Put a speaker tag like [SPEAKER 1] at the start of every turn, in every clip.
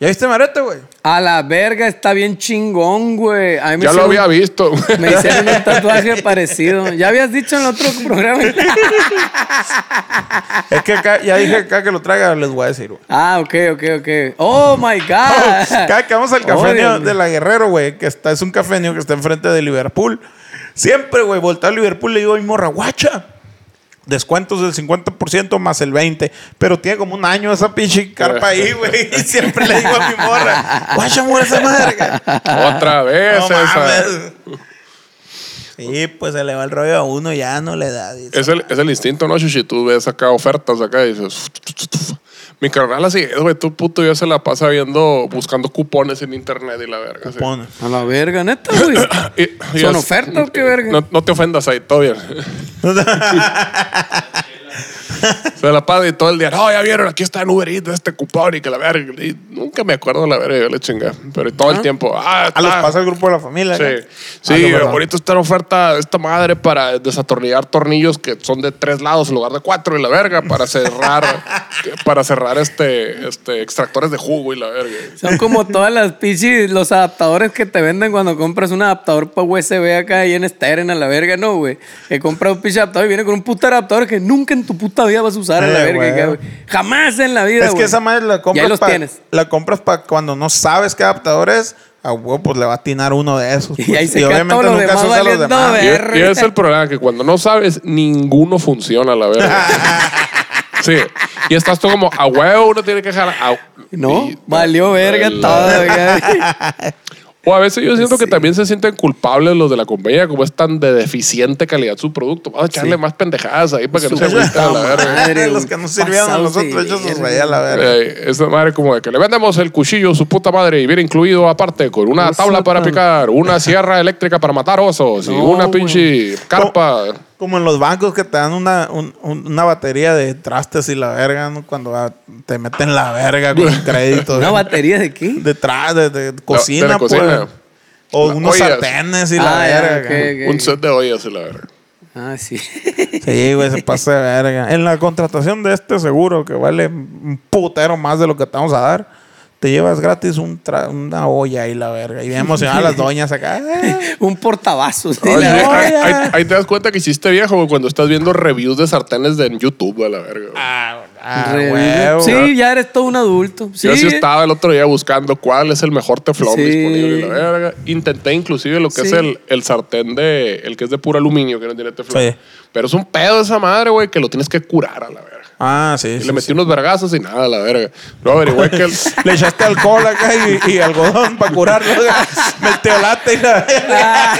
[SPEAKER 1] ¿Ya viste mi arete, güey?
[SPEAKER 2] A la verga, está bien chingón, güey. A mí me
[SPEAKER 3] Ya lo
[SPEAKER 2] hicieron-
[SPEAKER 3] había visto.
[SPEAKER 2] Me hicieron un tatuaje parecido. Ya habías dicho en el otro programa.
[SPEAKER 1] Es que acá- ya dije acá que lo traiga, les voy a decir, güey.
[SPEAKER 2] Ah, ok, ok, ok. Oh my God.
[SPEAKER 1] Cada que vamos al café
[SPEAKER 2] Oh, Dios
[SPEAKER 1] Neo de
[SPEAKER 2] mío.
[SPEAKER 1] la Guerrero, güey, que está, es un café Neo que está enfrente de Liverpool. Siempre, güey, volteo a Liverpool le digo, "Ay, morra, guacha. Descuentos del 50% más el 20%. Pero tiene como un año esa pinche carpa ahí, güey. Y siempre le digo a mi morra, guacha, morra, esa madre.
[SPEAKER 3] Otra vez
[SPEAKER 1] No
[SPEAKER 3] esa.
[SPEAKER 1] mames. Sí, pues se le va el rollo a uno, ya no le da. dice.
[SPEAKER 3] Es el, es el instinto, ¿no, Chichi? Tú ves acá ofertas acá y dices... Mi carnal así es, güey. Tu puto ya se la pasa viendo, buscando cupones en internet y la verga. sí.
[SPEAKER 1] Pone.
[SPEAKER 2] A la verga, neta, güey.
[SPEAKER 3] Y- y
[SPEAKER 2] ¿Son
[SPEAKER 3] es-
[SPEAKER 2] ofertas o qué verga?
[SPEAKER 3] No, no te ofendas ahí, todo bien. Ah. se la pasa y todo el día, no, ya vieron, aquí está en Uber Eats este cupón y que la verga. Y nunca me acuerdo la verga, yo le chinga. Pero todo el tiempo, ah,
[SPEAKER 1] A los
[SPEAKER 3] está-
[SPEAKER 1] pasa el grupo de la familia.
[SPEAKER 3] Sí,
[SPEAKER 1] acá.
[SPEAKER 3] sí
[SPEAKER 1] Ah, no, perdón.
[SPEAKER 3] ahorita está en oferta esta madre para desatornillar tornillos que son de tres lados en lugar de cuatro y la verga para cerrar que- para cerrar este, este extractores de jugo y la verga.
[SPEAKER 2] Son como todas las pichis, los adaptadores que te venden cuando compras un adaptador para USB acá y en Steren a la verga, no, güey. Que compras un pinche adaptador y viene con un puto adaptador que nunca en tu puta vida vas a usar a la
[SPEAKER 1] Eh,
[SPEAKER 2] verga,
[SPEAKER 1] güey.
[SPEAKER 2] acá, güey. Jamás en la vida,
[SPEAKER 1] Es que
[SPEAKER 2] güey.
[SPEAKER 1] esa madre la
[SPEAKER 2] Y ahí
[SPEAKER 1] compras
[SPEAKER 2] los
[SPEAKER 1] para
[SPEAKER 2] tienes.
[SPEAKER 1] la compras para cuando no sabes qué adaptador es, a huevo pues le va a atinar uno de esos.
[SPEAKER 2] Y
[SPEAKER 1] pues.
[SPEAKER 2] ahí se queda todo lo demás
[SPEAKER 1] se usa
[SPEAKER 2] valiendo
[SPEAKER 3] Y,
[SPEAKER 2] Verga.
[SPEAKER 3] y ese es el problema que cuando no sabes ninguno funciona la verga. Sí. Y estás tú como a huevo uno tiene que dejar a-
[SPEAKER 2] No,
[SPEAKER 3] y-
[SPEAKER 2] valió verga
[SPEAKER 3] la-
[SPEAKER 2] todo, güey.
[SPEAKER 3] O a veces yo siento que también se sienten culpables los de la compañía, como es tan de deficiente calidad su producto. Vamos a echarle más pendejadas ahí para que no se
[SPEAKER 2] Su
[SPEAKER 3] agüite a la
[SPEAKER 2] puta
[SPEAKER 3] verga.
[SPEAKER 2] Madre,
[SPEAKER 1] los
[SPEAKER 2] güey.
[SPEAKER 1] que nos sirvieron a
[SPEAKER 2] Pasados de
[SPEAKER 1] nosotros, ellos nos
[SPEAKER 2] verga.
[SPEAKER 1] reían la verga.
[SPEAKER 3] Eh, esa madre como de que le vendemos el cuchillo, su puta madre, y viene incluido aparte con una
[SPEAKER 2] Eso
[SPEAKER 3] tabla para
[SPEAKER 2] tan-
[SPEAKER 3] picar, una sierra eléctrica para matar osos y
[SPEAKER 2] No,
[SPEAKER 3] una
[SPEAKER 2] güey.
[SPEAKER 3] pinche carpa.
[SPEAKER 1] Como en los bancos que te dan una, un- un- una batería de trastes y la verga, ¿no? Cuando ah, te meten la verga con el crédito.
[SPEAKER 2] ¿Una
[SPEAKER 1] ¿no?
[SPEAKER 2] batería de qué?
[SPEAKER 1] de tra- de, de cocina,
[SPEAKER 3] la cocina.
[SPEAKER 1] pues. O
[SPEAKER 3] La-
[SPEAKER 1] unos
[SPEAKER 3] ollas.
[SPEAKER 1] sartenes y la
[SPEAKER 2] Ah, ya,
[SPEAKER 1] verga.
[SPEAKER 2] ok,
[SPEAKER 1] acá.
[SPEAKER 2] ok.
[SPEAKER 3] Un set de ollas y la verga.
[SPEAKER 2] Ah, sí.
[SPEAKER 1] Sí, güey, se pasa de verga. En la contratación de este seguro, que vale un putero más de lo que te vamos a dar, te llevas gratis un tra- una olla y la verga. Y bien emocionadas las doñas acá. "Ah,
[SPEAKER 2] Un portavasos. sí,
[SPEAKER 3] Ay,
[SPEAKER 2] la
[SPEAKER 3] ahí-
[SPEAKER 2] verdad.
[SPEAKER 3] ahí,
[SPEAKER 1] olla.
[SPEAKER 3] ahí- ahí te das cuenta que hiciste viejo, güey, cuando estás viendo reviews de sartenes de en YouTube, a la verga. güey.
[SPEAKER 1] ah,
[SPEAKER 2] Re-
[SPEAKER 1] huevo".
[SPEAKER 2] sí, ya eres todo un adulto. Sí.
[SPEAKER 3] Yo sí estaba el otro día buscando cuál es el mejor teflón
[SPEAKER 2] Sí.
[SPEAKER 3] disponible. y La verga. Intenté inclusive lo que es
[SPEAKER 2] Sí.
[SPEAKER 3] el, el sartén de... El que es de puro aluminio, que no tiene teflón.
[SPEAKER 1] Sí.
[SPEAKER 3] Pero es un pedo esa madre, güey, que lo tienes que curar a la verga.
[SPEAKER 1] Ah, sí.
[SPEAKER 3] Y
[SPEAKER 1] sí,
[SPEAKER 3] le metí
[SPEAKER 1] sí.
[SPEAKER 3] unos vergazos y nada, a la verga. Luego averigüé que el...
[SPEAKER 1] Le echaste alcohol acá y, y algodón para curarlo. Meteolate y la verga.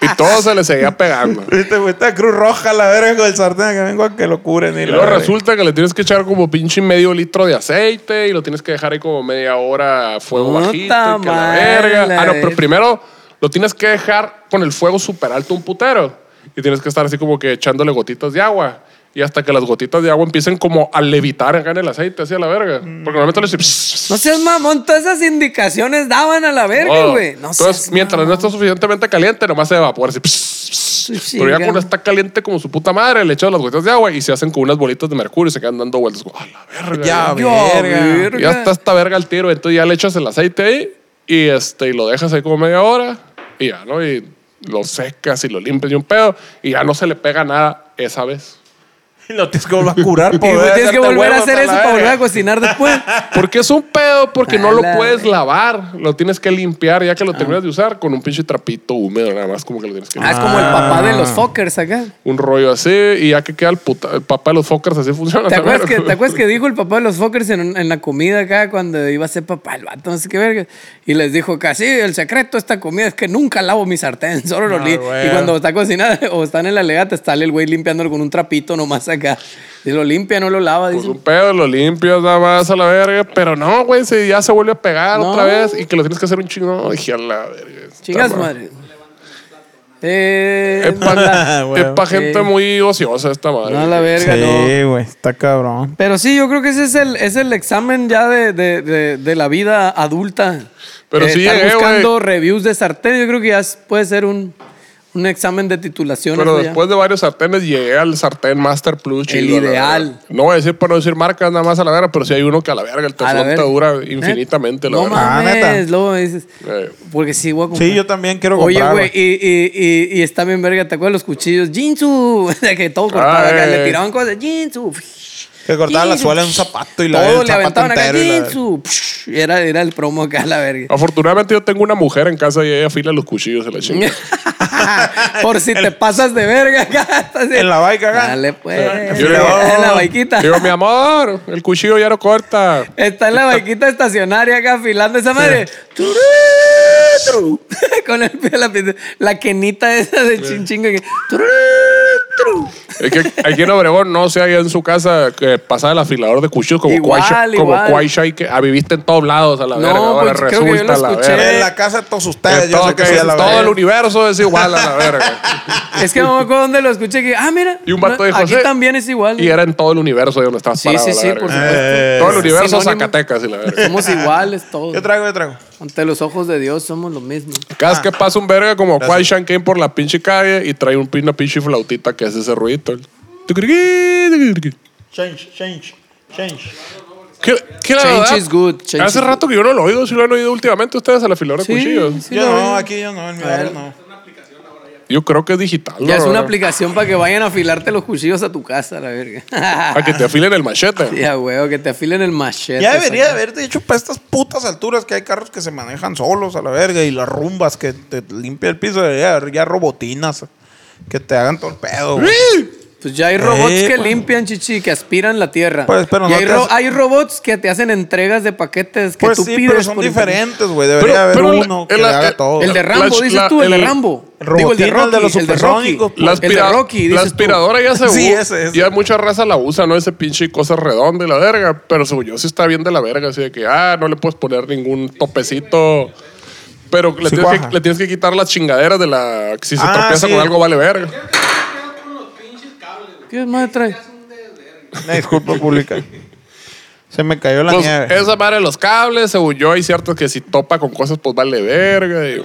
[SPEAKER 3] Y, y todo se le seguía pegando.
[SPEAKER 1] Viste, güey, esta cruz roja la verga con el sartén que vengo a que lo curen. Y,
[SPEAKER 3] Y
[SPEAKER 1] la
[SPEAKER 3] luego
[SPEAKER 1] verga.
[SPEAKER 3] resulta que le tienes que echar como pinche medio litro de aceite y lo tienes que dejar ahí como media hora a fuego
[SPEAKER 2] Puta
[SPEAKER 3] bajito. y que la
[SPEAKER 2] madre,
[SPEAKER 3] verga.
[SPEAKER 2] la
[SPEAKER 3] Ah, no, pero
[SPEAKER 2] verga.
[SPEAKER 3] primero lo tienes que dejar con el fuego súper alto un putero. Y tienes que estar así como que echándole gotitas de agua. Y hasta que las gotitas de agua empiecen como a levitar acá en el aceite, así a la verga. Porque normalmente le
[SPEAKER 2] No seas mamón, todas esas indicaciones daban a la verga,
[SPEAKER 3] Oh.
[SPEAKER 2] güey. No
[SPEAKER 3] Entonces,
[SPEAKER 2] seas
[SPEAKER 3] mientras no
[SPEAKER 2] mamón.
[SPEAKER 3] está suficientemente caliente, nomás se evapora así.
[SPEAKER 2] Sí,
[SPEAKER 3] Pero ya
[SPEAKER 2] ya.
[SPEAKER 3] cuando está caliente como su puta madre, le echas las gotitas de agua y se hacen con unas bolitas de mercurio y se quedan dando vueltas. Como, "A la verga.
[SPEAKER 1] Ya,
[SPEAKER 2] Ya,
[SPEAKER 1] verga.
[SPEAKER 2] verga.
[SPEAKER 3] Ya está esta verga al tiro. Entonces ya le echas el aceite ahí y, este, y lo dejas ahí como media hora y ya, ¿no? Y lo secas y lo limpias y un pedo y ya no se le pega nada esa vez.
[SPEAKER 1] Y lo tienes que volver a curar.
[SPEAKER 2] Y güey, tienes que volver a hacer eso para volver a
[SPEAKER 1] cocinar.
[SPEAKER 2] cocinar después.
[SPEAKER 3] Porque es un pedo, porque no lo
[SPEAKER 2] A la
[SPEAKER 3] puedes
[SPEAKER 2] verga.
[SPEAKER 3] lavar. Lo tienes que limpiar ya que lo terminas de usar con un pinche trapito húmedo, nada más como que lo tienes que
[SPEAKER 2] Ah, es como el papá de los fuckers acá.
[SPEAKER 3] un rollo así y ya que queda el, puta- el papá de los fuckers así funciona.
[SPEAKER 2] ¿Te acuerdas, que,
[SPEAKER 3] también.
[SPEAKER 2] ¿Te acuerdas que dijo el papá de los fuckers en, en la comida acá cuando iba a ser papá el vato, no sé qué verga? Y les dijo acá, sí, el secreto de esta comida es que nunca lavo mi sartén, solo lo
[SPEAKER 1] Ah,
[SPEAKER 2] li-".
[SPEAKER 1] güey.
[SPEAKER 2] Y cuando está cocinada o están en la legata, está el güey limpiándolo con un trapito nomás acá. Y lo limpia, no lo lava.
[SPEAKER 3] Pues
[SPEAKER 2] dice.
[SPEAKER 3] un pedo, lo limpias nada más a la verga, pero no, güey, si ya se vuelve a pegar
[SPEAKER 2] No.
[SPEAKER 3] otra vez y que lo tienes que hacer un chingo. no, Dije a la verga. está
[SPEAKER 2] Chingas
[SPEAKER 3] mal.
[SPEAKER 2] madre. Eh,
[SPEAKER 3] Es
[SPEAKER 2] no la-
[SPEAKER 3] para
[SPEAKER 1] Bueno.
[SPEAKER 3] gente
[SPEAKER 2] Sí.
[SPEAKER 3] muy ociosa esta madre.
[SPEAKER 2] no la verga, no.
[SPEAKER 1] Sí, güey, está cabrón.
[SPEAKER 2] Pero sí, yo creo que ese es el, es el examen ya de, de- de- de la vida adulta. Eh,
[SPEAKER 3] Pero sí eh,
[SPEAKER 2] estar
[SPEAKER 3] llegué,
[SPEAKER 2] buscando reviews de sartén, yo creo que ya es- puede ser un, un examen de titulación.
[SPEAKER 3] pero
[SPEAKER 2] eso ya.
[SPEAKER 3] después de varios sartenes llegué al sartén Master Plus.
[SPEAKER 2] El
[SPEAKER 3] chido, a la
[SPEAKER 2] ideal.
[SPEAKER 3] verga. No voy a decir para no decir marcas nada más a la verga, pero si hay uno que a la verga el
[SPEAKER 2] A la
[SPEAKER 3] teflón te
[SPEAKER 2] verga.
[SPEAKER 3] dura
[SPEAKER 2] ¿Eh?
[SPEAKER 3] infinitamente. la
[SPEAKER 2] No
[SPEAKER 3] verga.
[SPEAKER 1] Ah,
[SPEAKER 2] mames,
[SPEAKER 1] ¿neta?
[SPEAKER 2] luego me dices.
[SPEAKER 3] Eh.
[SPEAKER 2] Porque sí, voy a comprar.
[SPEAKER 1] Sí, yo también quiero
[SPEAKER 2] Oye,
[SPEAKER 1] comprar,
[SPEAKER 2] güey, y, y, y, y está bien verga, ¿te acuerdas los cuchillos? Jinsu, que todo cortado acá,
[SPEAKER 3] eh.
[SPEAKER 2] le tiraban cosas, Jinsu.
[SPEAKER 1] Que cortaban la
[SPEAKER 2] Jinsu.
[SPEAKER 1] suela en un zapato y la
[SPEAKER 2] Todo
[SPEAKER 1] el
[SPEAKER 2] le
[SPEAKER 1] zapato
[SPEAKER 2] aventaban acá,
[SPEAKER 1] entero y la-
[SPEAKER 2] Jinsu. Era, era el promo acá, la verga.
[SPEAKER 3] Afortunadamente yo tengo una mujer en casa y ella afila los cuchillos de la chinga.
[SPEAKER 2] Por si te pasas de verga acá.
[SPEAKER 1] En la bike acá.
[SPEAKER 2] Dale, pues.
[SPEAKER 3] Yo
[SPEAKER 2] en
[SPEAKER 3] digo,
[SPEAKER 2] la baiquita.
[SPEAKER 3] Digo, mi amor, el cuchillo ya no corta.
[SPEAKER 2] Está en la baiquita estacionaria acá afilando esa madre. Turu, turu. Con el pie de la pinta. La quenita esa de chinchinga. que- turu, turu.
[SPEAKER 3] Es que aquí en Obregón no sé, allá en su casa que pasa el afilador de cuchillos como
[SPEAKER 2] Igual,
[SPEAKER 3] Cuaisha, como
[SPEAKER 2] igual.
[SPEAKER 3] Cuaisha y que ah, viviste en todos lados a la
[SPEAKER 2] No,
[SPEAKER 3] verga. Ahora
[SPEAKER 2] pues, creo que yo
[SPEAKER 3] resulta
[SPEAKER 2] lo
[SPEAKER 3] a la
[SPEAKER 2] escuché.
[SPEAKER 3] verga.
[SPEAKER 1] En la casa de todos ustedes,
[SPEAKER 3] Que
[SPEAKER 1] Ah, yo
[SPEAKER 3] todo,
[SPEAKER 1] sé que
[SPEAKER 3] que
[SPEAKER 1] sí, a la
[SPEAKER 3] Eh, todo el
[SPEAKER 1] verga.
[SPEAKER 3] universo es igual a la verga.
[SPEAKER 2] Es que no me acuerdo dónde lo escuché. Que, ah, mira.
[SPEAKER 3] Y un vato
[SPEAKER 2] no,
[SPEAKER 3] dijo
[SPEAKER 2] Aquí
[SPEAKER 3] "Sí".
[SPEAKER 2] también es igual.
[SPEAKER 3] Y era en todo el universo de donde estabas
[SPEAKER 2] Sí,
[SPEAKER 3] parado.
[SPEAKER 2] sí,
[SPEAKER 3] a la
[SPEAKER 2] sí,
[SPEAKER 3] verga.
[SPEAKER 2] por supuesto.
[SPEAKER 1] Eh.
[SPEAKER 3] Todo el universo
[SPEAKER 2] Sinónimo.
[SPEAKER 3] Zacatecas y la verga.
[SPEAKER 2] Somos iguales todos.
[SPEAKER 1] Yo traigo, yo traigo.
[SPEAKER 2] Ante los ojos de Dios somos lo mismo.
[SPEAKER 3] Cada
[SPEAKER 1] Ah,
[SPEAKER 3] vez que pasa un verga como Kwai Shan Kane por la pinche calle y trae un pin- una pinche flautita que hace ese ruido. el tucuriquí, tucuriquí.
[SPEAKER 1] Change, change, change.
[SPEAKER 3] ¿Qué, qué la
[SPEAKER 2] Change
[SPEAKER 3] verdad?
[SPEAKER 2] is good, change
[SPEAKER 3] hace
[SPEAKER 2] is
[SPEAKER 3] rato que yo no lo oigo, si lo han oído últimamente ustedes a la filora de cuchillos.
[SPEAKER 2] sí
[SPEAKER 1] yo
[SPEAKER 2] lo
[SPEAKER 1] no,
[SPEAKER 2] vi.
[SPEAKER 1] aquí yo no, en mi barrio no.
[SPEAKER 3] Yo creo que es digital.
[SPEAKER 2] Ya es
[SPEAKER 3] ¿no?
[SPEAKER 2] una aplicación para que vayan a afilarte los cuchillos a tu casa, la verga.
[SPEAKER 3] A que te afilen el machete.
[SPEAKER 2] Ya, huevo, que te afilen el machete.
[SPEAKER 1] Ya debería
[SPEAKER 2] saca.
[SPEAKER 1] haber dicho para estas putas alturas que hay carros que se manejan solos a la verga y las rumbas que te limpia el piso, debería haber ya robotinas que te hagan todo el pedo, güey.
[SPEAKER 2] Pues ya hay robots
[SPEAKER 1] Eh,
[SPEAKER 2] que
[SPEAKER 1] bueno.
[SPEAKER 2] limpian, chichi, que aspiran la tierra.
[SPEAKER 1] Pues, pero
[SPEAKER 2] y
[SPEAKER 1] no
[SPEAKER 2] hay,
[SPEAKER 1] te
[SPEAKER 2] ro-
[SPEAKER 1] hace-
[SPEAKER 2] hay robots que te hacen entregas de paquetes que
[SPEAKER 1] Pues
[SPEAKER 2] tú
[SPEAKER 1] sí,
[SPEAKER 2] pides.
[SPEAKER 1] pero son
[SPEAKER 2] por internet.
[SPEAKER 1] diferentes, güey. Debería haber
[SPEAKER 3] la-
[SPEAKER 1] uno que
[SPEAKER 3] el-
[SPEAKER 1] le haga
[SPEAKER 3] el-
[SPEAKER 1] todo.
[SPEAKER 2] El de
[SPEAKER 3] La-
[SPEAKER 2] Rambo,
[SPEAKER 3] la-
[SPEAKER 2] dices tú, el de
[SPEAKER 3] el-
[SPEAKER 2] Rambo.
[SPEAKER 1] el
[SPEAKER 2] Digo, el de
[SPEAKER 1] robotina, el de
[SPEAKER 2] Rocky,
[SPEAKER 1] los
[SPEAKER 2] el de Rocky.
[SPEAKER 1] supersónicos, pues.
[SPEAKER 3] La,
[SPEAKER 2] El de
[SPEAKER 3] aspira-
[SPEAKER 2] Rocky,
[SPEAKER 3] la
[SPEAKER 2] dices tú.
[SPEAKER 3] aspiradora ya se
[SPEAKER 1] Sí,
[SPEAKER 3] usa.
[SPEAKER 1] ese, ese.
[SPEAKER 3] Ya mucha raza la usa, ¿no? Ese pinche cosa redonda y la verga. Pero según yo sí está bien de la verga, así de que, ah, no le puedes poner ningún topecito. Pero le,
[SPEAKER 1] Sí
[SPEAKER 3] tienes
[SPEAKER 1] cuaja.
[SPEAKER 3] que, le tienes que quitar las chingaderas de la. Si se
[SPEAKER 1] Ah,
[SPEAKER 3] tropieza
[SPEAKER 1] sí.
[SPEAKER 3] con algo, vale verga.
[SPEAKER 2] ¿Qué más trae?
[SPEAKER 1] Una disculpa pública. Se me cayó la
[SPEAKER 3] Pues
[SPEAKER 1] nieve.
[SPEAKER 3] esa madre de los cables, según yo, hay ciertas que si topa con cosas, pues vale verga. y-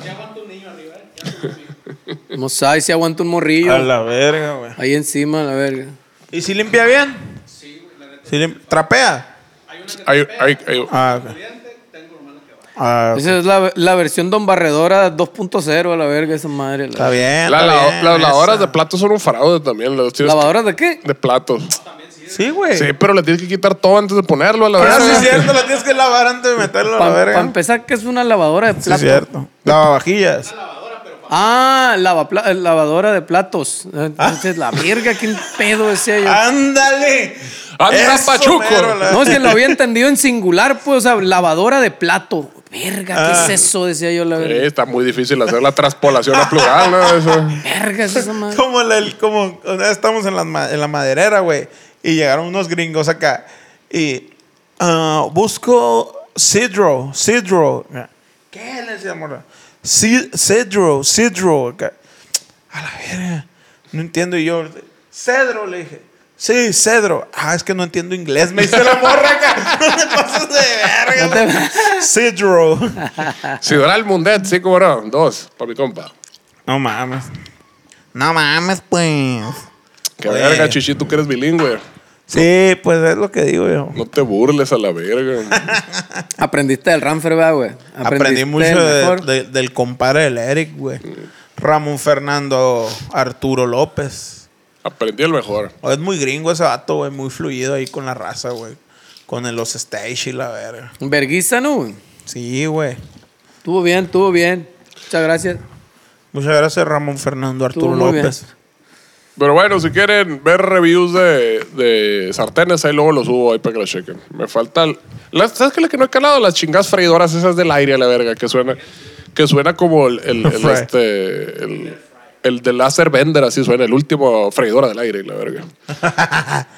[SPEAKER 2] No sabes si aguanta un morrillo.
[SPEAKER 1] A la verga, güey.
[SPEAKER 2] Ahí encima, la verga.
[SPEAKER 1] ¿Y si limpia bien? Sí, ¿Trapea?
[SPEAKER 3] hay- hay- hay-
[SPEAKER 1] Ah, ok. Ah, ok.
[SPEAKER 2] Esa es la, la versión Don Barredora 2.0, a la verga, esa madre.
[SPEAKER 1] está bien.
[SPEAKER 3] la-
[SPEAKER 1] está
[SPEAKER 3] la-
[SPEAKER 1] bien,
[SPEAKER 3] las lavadoras
[SPEAKER 1] esa.
[SPEAKER 3] de platos son un fraude también. las tienes
[SPEAKER 2] ¿Lavadoras de qué?
[SPEAKER 3] que- de platos.
[SPEAKER 1] Sí, güey.
[SPEAKER 3] Sí, pero le tienes que quitar todo antes de ponerlo a la
[SPEAKER 1] Ah, sí, es
[SPEAKER 3] verga.
[SPEAKER 1] cierto, la tienes que lavar antes de meterlo a
[SPEAKER 2] Para
[SPEAKER 1] la verga.
[SPEAKER 2] empezar, que es una lavadora de
[SPEAKER 1] Sí, es
[SPEAKER 2] platos.
[SPEAKER 1] cierto. Lavavajillas.
[SPEAKER 2] ah, lavapla- eh, lavadora de platos. Entonces, la verga, qué pedo decía yo.
[SPEAKER 1] ¡Ándale!
[SPEAKER 3] Anda,
[SPEAKER 1] Eso,
[SPEAKER 3] Pachuco.
[SPEAKER 1] mero, Ah, la-
[SPEAKER 2] No, es que lo había entendido en singular, pues, o sea, lavadora de plato. Verga, ¿qué
[SPEAKER 1] Ah.
[SPEAKER 2] es eso? Decía yo, la
[SPEAKER 3] Sí,
[SPEAKER 2] verga.
[SPEAKER 3] está muy difícil hacer la traspolación a plural, ¿no? Eso.
[SPEAKER 2] Verga, es esa madre.
[SPEAKER 1] Como, la- el- como una vez estamos en la, ma- en la maderera, güey. Y llegaron unos gringos acá. Y ah, busco Sidro, Sidro. ¿Qué le decíamos? Sidro, Sidro. acá. A la verga. No entiendo. Y yo, Cedro, le dije. Sí, Cedro. Ah, es que no entiendo inglés. Me dice la morra acá. No te pases de verga. güey. Sidro.
[SPEAKER 3] Sidral Mundet, sí, como no. Dos, para mi compa.
[SPEAKER 1] No mames. No mames, pues.
[SPEAKER 3] Que
[SPEAKER 1] Oye.
[SPEAKER 3] verga, chichi, tú que eres bilingüe.
[SPEAKER 1] Sí, pues es lo que digo yo.
[SPEAKER 3] No te burles a la verga.
[SPEAKER 2] Aprendiste del Ranfer, ¿verdad, güey.
[SPEAKER 1] Aprendí
[SPEAKER 2] Aprendiste
[SPEAKER 1] mucho
[SPEAKER 2] del
[SPEAKER 1] de-
[SPEAKER 2] mejor.
[SPEAKER 1] de- del compadre del Eric, güey. Ramón Fernando Arturo López.
[SPEAKER 3] Aprendí el mejor.
[SPEAKER 1] O Es muy gringo ese vato, güey. Muy fluido ahí con la raza, güey. Con el- los stage y la verga.
[SPEAKER 2] Verguiza, ¿no, güey?
[SPEAKER 1] Sí, güey.
[SPEAKER 2] Estuvo bien, estuvo bien. Muchas gracias.
[SPEAKER 1] Muchas gracias, Ramón Fernando Arturo
[SPEAKER 2] muy bien.
[SPEAKER 1] López.
[SPEAKER 3] Pero bueno, si quieren ver reviews de, de sartenes, ahí luego los subo ahí para que lo chequen. Me falta. el- las- ¿Sabes qué es lo que no he calado? Las chingas freidoras esas del aire a la verga, que suena, que suena como el, el, el
[SPEAKER 1] Fry.
[SPEAKER 3] este. El, el de láser vender, así suena, el último freidora del aire, y la verga.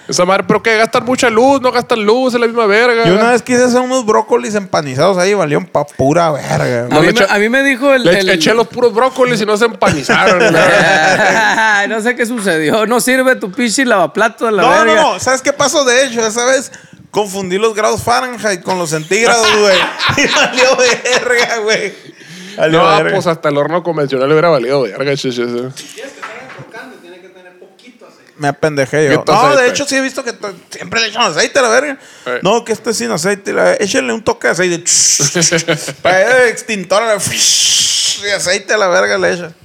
[SPEAKER 3] Esa madre, pero que gastan mucha luz, no gastan luz, es la misma verga.
[SPEAKER 1] Yo una vez quise hacer unos brócolis empanizados ahí, valieron pa' pura verga.
[SPEAKER 2] a,
[SPEAKER 1] güey.
[SPEAKER 2] mí
[SPEAKER 3] le
[SPEAKER 2] me,
[SPEAKER 3] echa-
[SPEAKER 2] a mí me dijo el.
[SPEAKER 3] Le
[SPEAKER 2] el-
[SPEAKER 3] eché los puros brócolis y no se empanizaron. la verga.
[SPEAKER 2] Ay, no sé qué sucedió. No sirve tu pichi lavaplato de la
[SPEAKER 1] No, no,
[SPEAKER 2] verga.
[SPEAKER 1] no. ¿Sabes qué pasó? De hecho, esa vez confundí los grados Fahrenheit con los centígrados, güey. y valió verga, güey. Valió
[SPEAKER 3] No,
[SPEAKER 1] verga.
[SPEAKER 3] pues hasta el horno convencional le hubiera valido verga. che, che, che.
[SPEAKER 1] Me apendejé yo.
[SPEAKER 3] Quito
[SPEAKER 1] No, de
[SPEAKER 3] aceite.
[SPEAKER 1] hecho sí he visto que to- siempre le echan aceite a la verga.
[SPEAKER 3] Eh.
[SPEAKER 1] No, que este es sin aceite. la- Échenle un toque de aceite. Para el extintor. la- Y aceite a la verga le echan.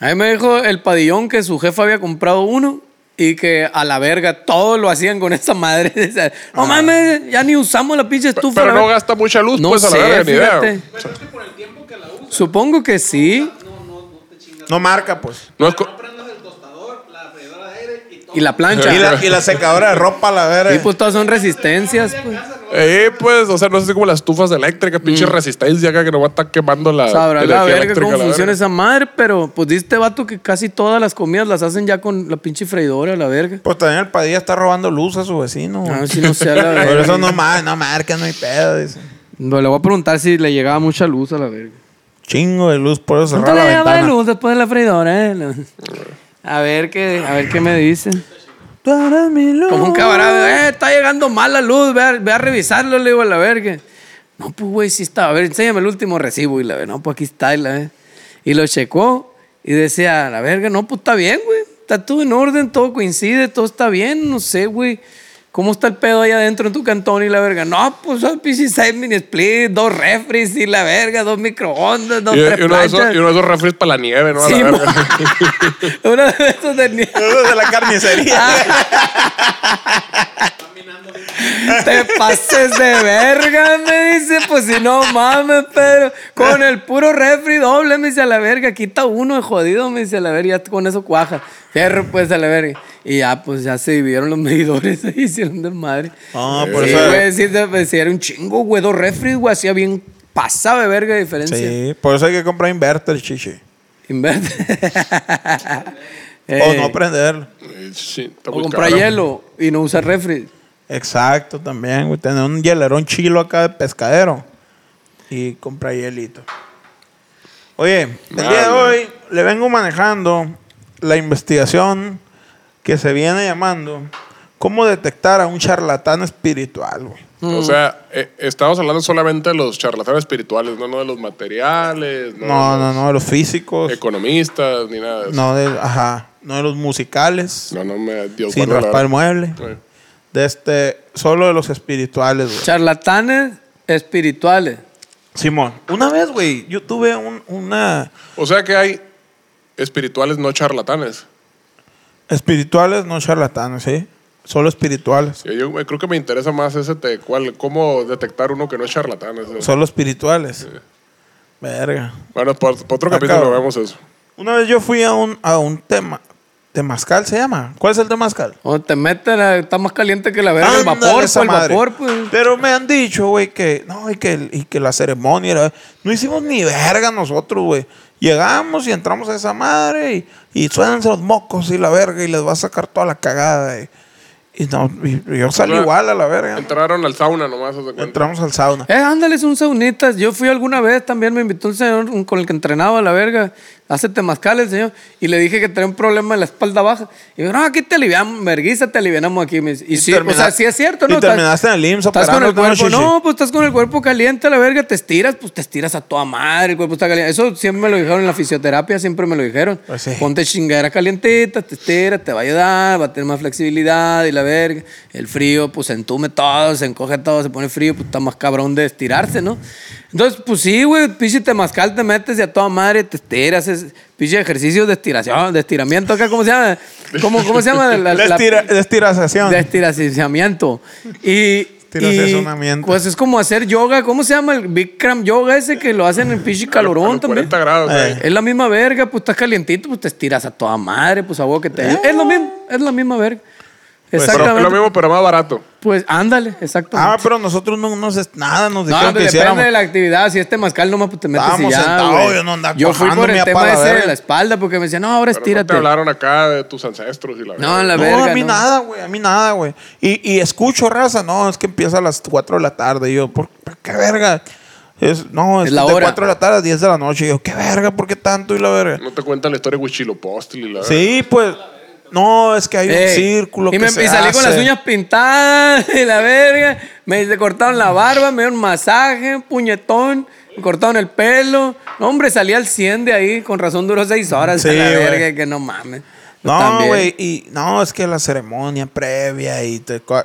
[SPEAKER 2] A mí me dijo el padillón que su jefa había comprado uno y que a la verga todo lo hacían con esa madre. O sea, no mames, ya ni usamos la pinche estufa.
[SPEAKER 3] Ah. Pero
[SPEAKER 2] la
[SPEAKER 3] no
[SPEAKER 2] verga".
[SPEAKER 3] gasta mucha luz,
[SPEAKER 2] No
[SPEAKER 3] pues a la verga,
[SPEAKER 2] sé,
[SPEAKER 3] ni idea.
[SPEAKER 2] fíjate. Supongo que sí.
[SPEAKER 1] No marca, pues.
[SPEAKER 3] No es co-
[SPEAKER 2] Y la plancha.
[SPEAKER 1] Y
[SPEAKER 2] Y
[SPEAKER 1] la, y la secadora de ropa a la verga.
[SPEAKER 2] pues todas son resistencias. Pues.
[SPEAKER 3] Eh, pues, o sea, no sé como las estufas eléctricas, pinche resistencia acá que nos va a estar quemando la
[SPEAKER 2] Mm. Sabrá la verga
[SPEAKER 3] a
[SPEAKER 2] cómo
[SPEAKER 3] la
[SPEAKER 2] funciona
[SPEAKER 3] verga.
[SPEAKER 2] esa madre, pero pues dice este vato que casi todas las comidas las hacen ya con la pinche freidora, la verga.
[SPEAKER 1] Pues también el Padilla está robando luz a su vecino.
[SPEAKER 2] A ver si Ah, no sea la
[SPEAKER 1] Por
[SPEAKER 2] verga.
[SPEAKER 1] eso no, mar- no marca, no hay pedo. Dice.
[SPEAKER 2] No, le voy a preguntar si le llegaba mucha luz a la verga.
[SPEAKER 1] Chingo de luz, por eso cerrar
[SPEAKER 2] le
[SPEAKER 1] la
[SPEAKER 2] llegaba
[SPEAKER 1] ventana.
[SPEAKER 2] luz después de la freidora, eh? No. A ver qué, a ver qué me dicen.
[SPEAKER 1] Tú eres mi luz.
[SPEAKER 2] Como un camarada, eh, está llegando mal la luz, ve a, ve a revisarlo, le digo a la verga. No, pues, güey, sí estaba. A ver, enséñame el último recibo. Y la verga, no, pues aquí está. Y, la verga. y lo checó y decía, la verga, no, pues está bien, güey. Está todo en orden, todo coincide, todo está bien. No sé, güey. ¿Cómo está el pedo ahí adentro en tu cantón? Y la verga, no, pues son pinches seis mini split, dos refres y la verga, dos microondas, dos,
[SPEAKER 3] Y,
[SPEAKER 2] tres
[SPEAKER 3] y uno de esos,
[SPEAKER 2] planchas.
[SPEAKER 3] y uno de esos refres para la nieve, ¿no? A la
[SPEAKER 2] Sí,
[SPEAKER 3] verga.
[SPEAKER 2] Uno de esos de nieve.
[SPEAKER 1] de la
[SPEAKER 2] Ah,
[SPEAKER 1] carnicería.
[SPEAKER 2] Te pases de verga, me dice. Pues si no mames, pero con el puro refri doble, me dice a la verga. Quita uno de jodido, me dice a la verga. Ya con eso cuaja. Fierro, pues a la verga. Y ya, pues ya se dividieron los medidores. ahí hicieron desmadre.
[SPEAKER 1] No, Ah, por
[SPEAKER 2] Por sí,
[SPEAKER 1] eso.
[SPEAKER 2] güey, sí, te- pues, sí, era un chingo, güey. Dos refri, güey. Hacía bien pasada de verga de diferencia.
[SPEAKER 1] Sí, por eso hay que comprar inverter, chichi.
[SPEAKER 2] Inverte.
[SPEAKER 1] O
[SPEAKER 2] Eh,
[SPEAKER 1] no prenderlo.
[SPEAKER 3] Eh, sí, está
[SPEAKER 2] o
[SPEAKER 3] muy
[SPEAKER 2] comprar
[SPEAKER 3] caro.
[SPEAKER 2] hielo y no usar refri.
[SPEAKER 1] Exacto, también, güey. Tener un hielerón chilo acá de pescadero. Y comprar hielito. Oye, el día de
[SPEAKER 3] Vale.
[SPEAKER 1] hoy le vengo manejando la investigación que se viene llamando ¿Cómo detectar a un charlatán espiritual, güey?
[SPEAKER 2] Mm.
[SPEAKER 3] O sea, eh, estamos hablando solamente de los charlatanes espirituales, no, no de los materiales, no, pues,
[SPEAKER 1] No,
[SPEAKER 3] de
[SPEAKER 1] no,
[SPEAKER 3] los
[SPEAKER 1] no, de los físicos.
[SPEAKER 3] economistas, ni nada de eso.
[SPEAKER 1] No de, ajá, no de los musicales.
[SPEAKER 3] No, no me Dios
[SPEAKER 1] sin
[SPEAKER 3] guarde la-
[SPEAKER 1] raspar el mueble.
[SPEAKER 3] Sí.
[SPEAKER 1] De este, solo de los espirituales, güey.
[SPEAKER 2] Charlatanes espirituales.
[SPEAKER 1] Simón, una vez, güey, yo tuve un- una...
[SPEAKER 3] O sea que hay espirituales no charlatanes.
[SPEAKER 1] Espirituales, no charlatanes, ¿sí? Solo espirituales.
[SPEAKER 3] Yo, yo me- creo que me interesa más ese te cuál, cómo detectar uno que no es charlatán. Eso.
[SPEAKER 1] Solo espirituales. Verga.
[SPEAKER 3] Bueno, por, por otro
[SPEAKER 1] Acá.
[SPEAKER 3] capítulo vemos eso.
[SPEAKER 1] Una vez yo fui a un, a un tema. ¿Temazcal se llama? ¿Cuál es el temazcal?
[SPEAKER 2] O te metes, la- está más caliente que la verga. El
[SPEAKER 1] Ándale,
[SPEAKER 2] vapor,
[SPEAKER 1] esa
[SPEAKER 2] pues, el
[SPEAKER 1] madre.
[SPEAKER 2] vapor, pues.
[SPEAKER 1] Pero me han dicho, güey, que no, y que, y que la ceremonia era- No hicimos ni verga nosotros, güey. Llegamos y entramos a esa madre y, y suénense los mocos y la verga y les va a sacar toda la cagada. Y, y no, y- y yo salí
[SPEAKER 3] O sea,
[SPEAKER 1] igual a la verga.
[SPEAKER 3] Entraron al sauna nomás. haz de cuenta.
[SPEAKER 1] Entramos al sauna.
[SPEAKER 2] Eh, ándale, es un saunita. Yo fui alguna vez también, me invitó un señor un- con el que entrenaba la verga. Hace temazcal el señor. Y le dije que tenía un problema en la espalda baja. Y me dijo, no, aquí te aliviamos, verguiza, te aliviamos aquí. me dice. Y,
[SPEAKER 1] Y
[SPEAKER 2] sí,
[SPEAKER 1] termina-
[SPEAKER 2] o sea, sí es cierto,
[SPEAKER 1] y
[SPEAKER 2] ¿no? Estás-
[SPEAKER 1] terminaste en el IMSS
[SPEAKER 2] Estás con el
[SPEAKER 1] operándote, ¿no,
[SPEAKER 2] cuerpo,
[SPEAKER 1] Shishi?
[SPEAKER 2] no, pues estás con el cuerpo caliente, la verga, te estiras, pues te estiras a toda madre, el cuerpo está caliente. Eso siempre me lo dijeron en la fisioterapia, siempre me lo dijeron.
[SPEAKER 1] Pues sí.
[SPEAKER 2] Ponte chingadera calientita, te estiras, te va a ayudar, va a tener más flexibilidad y la verga. El frío, pues se entume todo, se encoge todo, se pone frío, pues está más cabrón de estirarse, ¿no? Entonces, pues sí, güey, pinche temazcal, te metes y a toda madre te estiras, es pinche ejercicio de estiración, de estiramiento acá, ¿cómo se llama? ¿Cómo, cómo se llama? La-
[SPEAKER 1] La
[SPEAKER 2] la-
[SPEAKER 1] estira- la estirasación.
[SPEAKER 2] de estiracizamiento. Y, y
[SPEAKER 1] Estiraciamiento.
[SPEAKER 2] pues es como hacer yoga, ¿cómo se llama el Bikram yoga ese que lo hacen en pinche calorón
[SPEAKER 3] A los
[SPEAKER 2] también?
[SPEAKER 3] 40 grados.
[SPEAKER 1] Eh.
[SPEAKER 3] güey.
[SPEAKER 2] Es la misma verga, pues estás calientito, pues te estiras a toda madre, pues a vos que te ayuda. Es lo mismo, es la misma verga.
[SPEAKER 3] Pero
[SPEAKER 1] Pues,
[SPEAKER 3] es
[SPEAKER 2] Exactamente.
[SPEAKER 3] lo mismo, pero más barato.
[SPEAKER 2] Pues ándale, exactamente.
[SPEAKER 1] Ah, pero nosotros no nos nada nos dijeron
[SPEAKER 2] No, hombre,
[SPEAKER 1] que
[SPEAKER 2] depende
[SPEAKER 1] hiciéramos.
[SPEAKER 2] de la actividad. Si este mascal nomás, pues te metes y
[SPEAKER 1] Estábamos
[SPEAKER 2] ya,
[SPEAKER 1] sentados,
[SPEAKER 2] güey.
[SPEAKER 1] yo no andaba
[SPEAKER 2] Yo fui por
[SPEAKER 1] cuajándome
[SPEAKER 2] el
[SPEAKER 1] a
[SPEAKER 2] tema
[SPEAKER 1] pa' la
[SPEAKER 2] ese de
[SPEAKER 1] verga.
[SPEAKER 2] la espalda porque me decían, no, ahora
[SPEAKER 3] Pero no
[SPEAKER 2] estírate.
[SPEAKER 3] te hablaron acá de tus ancestros y la
[SPEAKER 2] pues, No,
[SPEAKER 3] verga.
[SPEAKER 2] la
[SPEAKER 1] no,
[SPEAKER 2] verga,
[SPEAKER 1] a mí
[SPEAKER 2] no.
[SPEAKER 1] nada, güey, a mí nada, güey. Y, y escucho raza, no, es que empieza a las 4 de la tarde. Y yo, ¿por por qué verga? Es, no, es,
[SPEAKER 2] Es la
[SPEAKER 1] de
[SPEAKER 2] hora.
[SPEAKER 1] 4 de la tarde a 10 de la noche. Y yo, ¿qué verga? ¿Por qué tanto? Y la verga.
[SPEAKER 3] No te cuentan la historia de Huichilopostil y la verga.
[SPEAKER 1] Sí, pues, no, es que hay un
[SPEAKER 2] Ey,
[SPEAKER 1] círculo
[SPEAKER 2] y,
[SPEAKER 1] que
[SPEAKER 2] me,
[SPEAKER 1] se
[SPEAKER 2] y salí con las
[SPEAKER 1] hace.
[SPEAKER 2] uñas pintadas y la verga. Me se cortaron la barba, me dieron masaje, puñetón, me cortaron el pelo. No, hombre, salí al 100 de ahí, con razón duró seis horas.
[SPEAKER 1] Sí,
[SPEAKER 2] a la
[SPEAKER 1] güey.
[SPEAKER 2] verga, que no mames.
[SPEAKER 1] No,
[SPEAKER 2] También.
[SPEAKER 1] güey, y no, es que la ceremonia previa y te... co-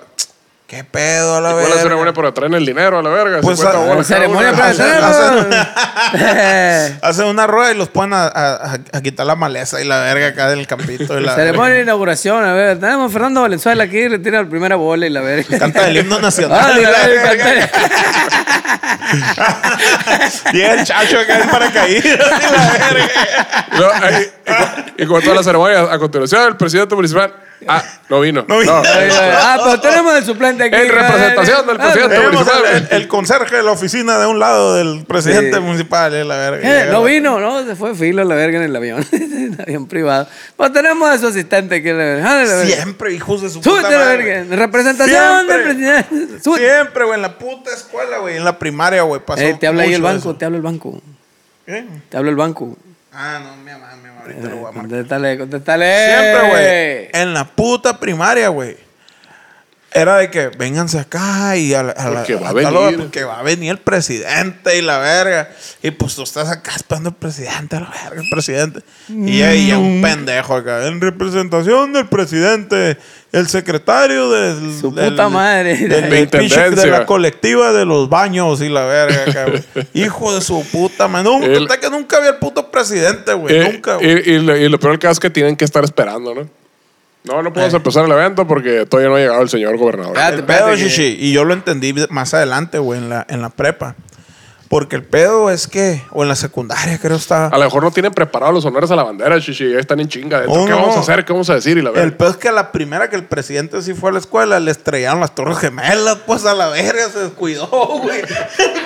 [SPEAKER 1] ¿Qué pedo a
[SPEAKER 3] ¿Y
[SPEAKER 1] la
[SPEAKER 3] cuál es la
[SPEAKER 1] verga?
[SPEAKER 3] ceremonia para traer el dinero a la verga?
[SPEAKER 1] Pues,
[SPEAKER 3] 50
[SPEAKER 1] a-
[SPEAKER 3] bolas
[SPEAKER 2] La
[SPEAKER 3] cada
[SPEAKER 2] ceremonia
[SPEAKER 3] una.
[SPEAKER 2] para
[SPEAKER 1] Hacer-
[SPEAKER 2] hacer.
[SPEAKER 1] Hacen una rueda y los ponen a, a- a- a quitar la maleza y la verga acá del campito. Y la
[SPEAKER 2] Ceremonia de inauguración, a ver. Tenemos a Fernando Valenzuela aquí, le tira la primera bola y la verga.
[SPEAKER 1] Canta el himno nacional.
[SPEAKER 2] Ah,
[SPEAKER 1] y
[SPEAKER 2] la
[SPEAKER 1] la
[SPEAKER 2] verga,
[SPEAKER 1] verga. Llega el chacho acá en paracaídas y la verga.
[SPEAKER 3] No, ahí, y, con- y con toda la ceremonia, a continuación, el presidente municipal. Ah, no vino.
[SPEAKER 1] No vino.
[SPEAKER 2] Ah, pero tenemos el suplente aquí.
[SPEAKER 3] En representación del
[SPEAKER 2] Ah,
[SPEAKER 3] presidente
[SPEAKER 1] Tenemos
[SPEAKER 3] municipal.
[SPEAKER 1] el, el- el conserje de la oficina de un lado del presidente
[SPEAKER 2] Sí.
[SPEAKER 1] municipal y la verga.
[SPEAKER 2] Eh,
[SPEAKER 1] Llega
[SPEAKER 2] no
[SPEAKER 1] la-
[SPEAKER 2] vino, ¿no? Se fue filo a la verga en el avión, en el avión privado. Pues tenemos a su asistente que le... Ah, la verga.
[SPEAKER 1] Siempre, hijos de su puta
[SPEAKER 2] Súbete a la
[SPEAKER 1] madre.
[SPEAKER 2] verga. Representación del
[SPEAKER 1] Siempre.
[SPEAKER 2] presidente. Súbete.
[SPEAKER 1] Siempre, güey, en la puta escuela, güey, en la primaria, güey, pasó.
[SPEAKER 2] Eh, te habla ahí el
[SPEAKER 1] mucho de
[SPEAKER 2] banco,
[SPEAKER 1] eso.
[SPEAKER 2] te habla el banco.
[SPEAKER 1] ¿Qué?
[SPEAKER 2] Te habla el banco.
[SPEAKER 1] Ah, no, mi mamá, mi mamá, ahorita lo voy a marcar.
[SPEAKER 2] Contéstale, contéstale.
[SPEAKER 1] Siempre, güey. En la puta primaria, güey. Era de que vénganse acá y a la, a la-
[SPEAKER 3] Porque va a
[SPEAKER 1] tal hora,
[SPEAKER 3] venir.
[SPEAKER 1] porque va a venir el presidente y la verga. Y pues tú estás acá esperando al presidente, a la verga, el presidente. Y
[SPEAKER 3] Mm.
[SPEAKER 1] ya, y ya un pendejo acá. En representación del presidente, el secretario del.
[SPEAKER 2] Su
[SPEAKER 1] del-
[SPEAKER 2] puta madre.
[SPEAKER 1] del
[SPEAKER 2] La
[SPEAKER 1] pinche- de
[SPEAKER 3] intendencia.
[SPEAKER 1] la colectiva de los baños y la verga, acá, güey. Hijo de su puta madre. Nunca,
[SPEAKER 3] El-
[SPEAKER 1] hasta que nunca vi al puto presidente, güey.
[SPEAKER 3] Eh,
[SPEAKER 1] Pues nunca,
[SPEAKER 3] y,
[SPEAKER 1] güey.
[SPEAKER 3] y lo, y lo peor del caso es que tienen que estar esperando, ¿no? No, no podemos empezar el evento porque todavía no ha llegado el señor gobernador.
[SPEAKER 2] Ah,
[SPEAKER 1] El
[SPEAKER 2] Espérate
[SPEAKER 1] pedo,
[SPEAKER 2] que-
[SPEAKER 1] Shishi, y yo lo entendí más adelante, güey, en la, en la prepa. Porque el pedo es que, o en la secundaria, creo estaba.
[SPEAKER 3] A lo mejor no tienen preparados los honores a la bandera, chichi. Ya están en chinga. dentro.
[SPEAKER 1] Oh,
[SPEAKER 3] ¿Qué
[SPEAKER 1] no.
[SPEAKER 3] vamos a hacer? ¿Qué vamos a decir? Y la
[SPEAKER 1] El
[SPEAKER 3] verga.
[SPEAKER 1] pedo es que a la primera que el presidente sí fue a la escuela, le estrellaron las torres gemelas, pues a la verga se descuidó, güey.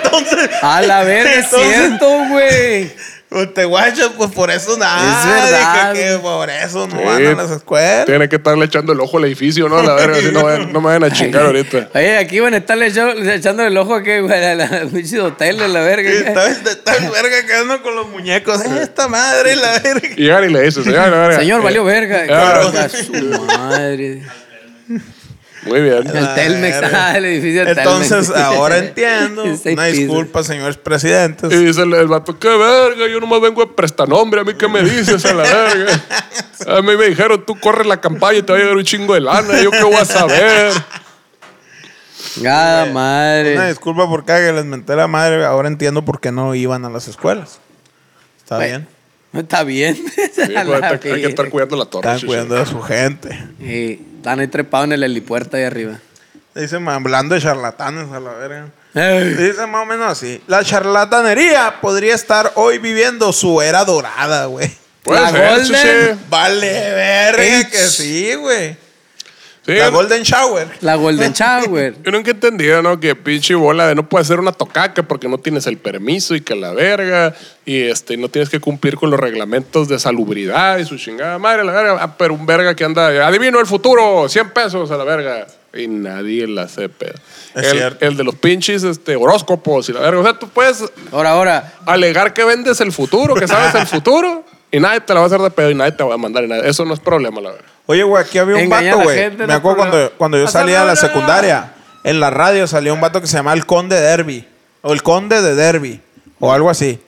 [SPEAKER 1] Entonces.
[SPEAKER 2] A la verga, es
[SPEAKER 1] entonces,
[SPEAKER 2] cierto, güey.
[SPEAKER 1] Te guachas, pues por eso nada.
[SPEAKER 2] Es verdad.
[SPEAKER 1] Dije que por eso no
[SPEAKER 3] Sí.
[SPEAKER 1] van a las escuelas.
[SPEAKER 3] Tiene que estarle echando el ojo al edificio, ¿no? A la verga, si no, vayan- no me vayan a chingar ahorita.
[SPEAKER 2] Oye, aquí van a estarle echo- echando el ojo que güey, a la pinche hotel de la verga.
[SPEAKER 1] Y Está está el verga quedando con los muñecos. Esta madre, la verga.
[SPEAKER 3] Y llegan y le dices, señor, la verga".
[SPEAKER 1] Eh,
[SPEAKER 3] Eh,
[SPEAKER 2] Señor, valió verga.
[SPEAKER 3] Claro.
[SPEAKER 2] A su madre.
[SPEAKER 3] Muy bien.
[SPEAKER 2] El Telmex,
[SPEAKER 1] verga.
[SPEAKER 2] ah, el edificio del
[SPEAKER 1] Entonces,
[SPEAKER 2] Telmex.
[SPEAKER 1] ahora entiendo.
[SPEAKER 2] Seis
[SPEAKER 1] Una
[SPEAKER 2] pisos.
[SPEAKER 1] disculpa, señores presidentes.
[SPEAKER 3] Y dice el, el vato, qué verga, yo nomás vengo a prestanombre, a mí qué me dices a la verga. A mí me dijeron, tú corres la campaña y te va a llegar un chingo de lana, yo qué voy a saber.
[SPEAKER 2] Ah,
[SPEAKER 1] Una
[SPEAKER 2] madre.
[SPEAKER 1] disculpa por cada que les menté la madre. Ahora entiendo por qué no iban a las escuelas. Está
[SPEAKER 2] Bueno,
[SPEAKER 1] bien.
[SPEAKER 2] No está bien.
[SPEAKER 3] Sí, pues, hay, que- hay que estar cuidando la torre.
[SPEAKER 1] Están
[SPEAKER 3] sí, sí.
[SPEAKER 1] cuidando a su gente.
[SPEAKER 2] Sí, están ahí trepados en el helipuerto ahí arriba.
[SPEAKER 1] Dicen, hablando de charlatanes a la verga.
[SPEAKER 2] Ey.
[SPEAKER 1] Dice más o menos así. La charlatanería podría estar hoy viviendo su era dorada, güey.
[SPEAKER 3] Puede
[SPEAKER 2] La
[SPEAKER 3] ser, Pues, sí,
[SPEAKER 2] Golden.
[SPEAKER 3] sí.
[SPEAKER 1] Vale, verga
[SPEAKER 2] Ey,
[SPEAKER 1] que sí, güey.
[SPEAKER 3] Sí,
[SPEAKER 1] La
[SPEAKER 3] yo-
[SPEAKER 1] Golden Shower.
[SPEAKER 2] La Golden Shower.
[SPEAKER 3] Yo nunca he entendido, ¿no? Que pinche bola de no puedes hacer una tocaca porque no tienes el permiso y que la verga y este no tienes que cumplir con los reglamentos de salubridad y su chingada madre, la verga. Ah, pero un verga que anda, adivino el futuro, 100 pesos a la verga. Y nadie la hace, pedo.
[SPEAKER 1] Es
[SPEAKER 3] el,
[SPEAKER 1] cierto.
[SPEAKER 3] el de los pinches este, horóscopos y la verga. O sea, tú puedes
[SPEAKER 2] Ahora, ahora.
[SPEAKER 3] alegar que vendes el futuro, que sabes el futuro y nadie te la va a hacer de pedo y nadie te va a mandar. y nada. Eso no es problema, la verga.
[SPEAKER 1] Oye, güey, aquí había un
[SPEAKER 2] Engañar a
[SPEAKER 1] vato,
[SPEAKER 2] la
[SPEAKER 1] güey.
[SPEAKER 2] gente,
[SPEAKER 1] Me
[SPEAKER 2] no Ah,
[SPEAKER 1] acuerdo
[SPEAKER 2] problema.
[SPEAKER 1] cuando, cuando yo
[SPEAKER 2] Hasta
[SPEAKER 1] salía de la
[SPEAKER 2] luego.
[SPEAKER 1] secundaria, en la radio salía un vato que se llamaba el Conde Derby. O el Conde de Derby. O algo así.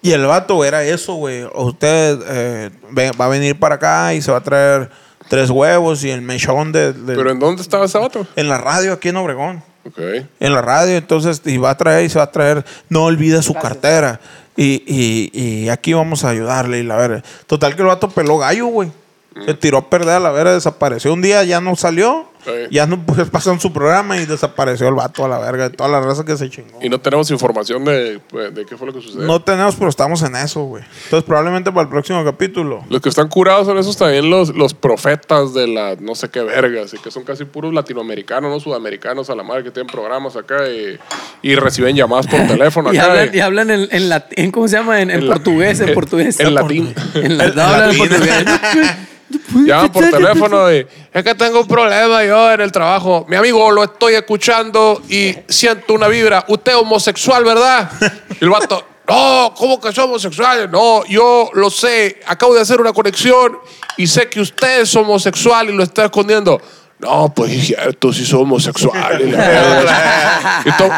[SPEAKER 1] Y el vato güey, era eso, güey. O Usted eh, ve- va a venir para acá y se va a traer tres huevos y el mechón de, de-
[SPEAKER 3] Pero ¿en dónde estaba ese vato?
[SPEAKER 1] en la radio aquí en Obregón.
[SPEAKER 3] Ok.
[SPEAKER 1] en la radio, entonces, y va a traer, y se va a traer, no olvida su cartera. Y, y- y aquí vamos a ayudarle, y la verga. Total que el vato peló gallo, güey. Se
[SPEAKER 2] Mm.
[SPEAKER 1] tiró a perder a la verga, desapareció un día, ya no salió,
[SPEAKER 3] Sí.
[SPEAKER 1] ya no pues, pasó en su programa y desapareció el vato a la verga, de toda la raza que se chingó.
[SPEAKER 3] Y no tenemos información de, pues, de qué fue lo que sucedió.
[SPEAKER 1] No tenemos, pero estamos en eso, güey. Entonces, probablemente para el próximo capítulo.
[SPEAKER 3] Los que están curados son esos también los, los profetas de la no sé qué verga, así que son casi puros latinoamericanos, no sudamericanos a la madre que tienen programas acá y, y reciben llamadas por teléfono
[SPEAKER 2] Y
[SPEAKER 3] acá.
[SPEAKER 2] hablan,
[SPEAKER 3] y-
[SPEAKER 2] y hablan en, en latín, ¿cómo se llama? En, en
[SPEAKER 3] En la-
[SPEAKER 2] portugués, en,
[SPEAKER 3] en-
[SPEAKER 2] portugués.
[SPEAKER 3] en latín.
[SPEAKER 2] En la- no, hablan
[SPEAKER 1] latín.
[SPEAKER 2] en portugués.
[SPEAKER 3] Llaman por teléfono y es que tengo un problema yo en el trabajo. Mi amigo, lo estoy escuchando y siento una vibra. Usted es homosexual, ¿verdad? Y el vato, no, ¿cómo que soy homosexual? No, yo lo sé. Acabo de hacer una conexión y sé que usted es homosexual y lo está escondiendo. No, pues es cierto, sí soy homosexual. Y la verga. Y to-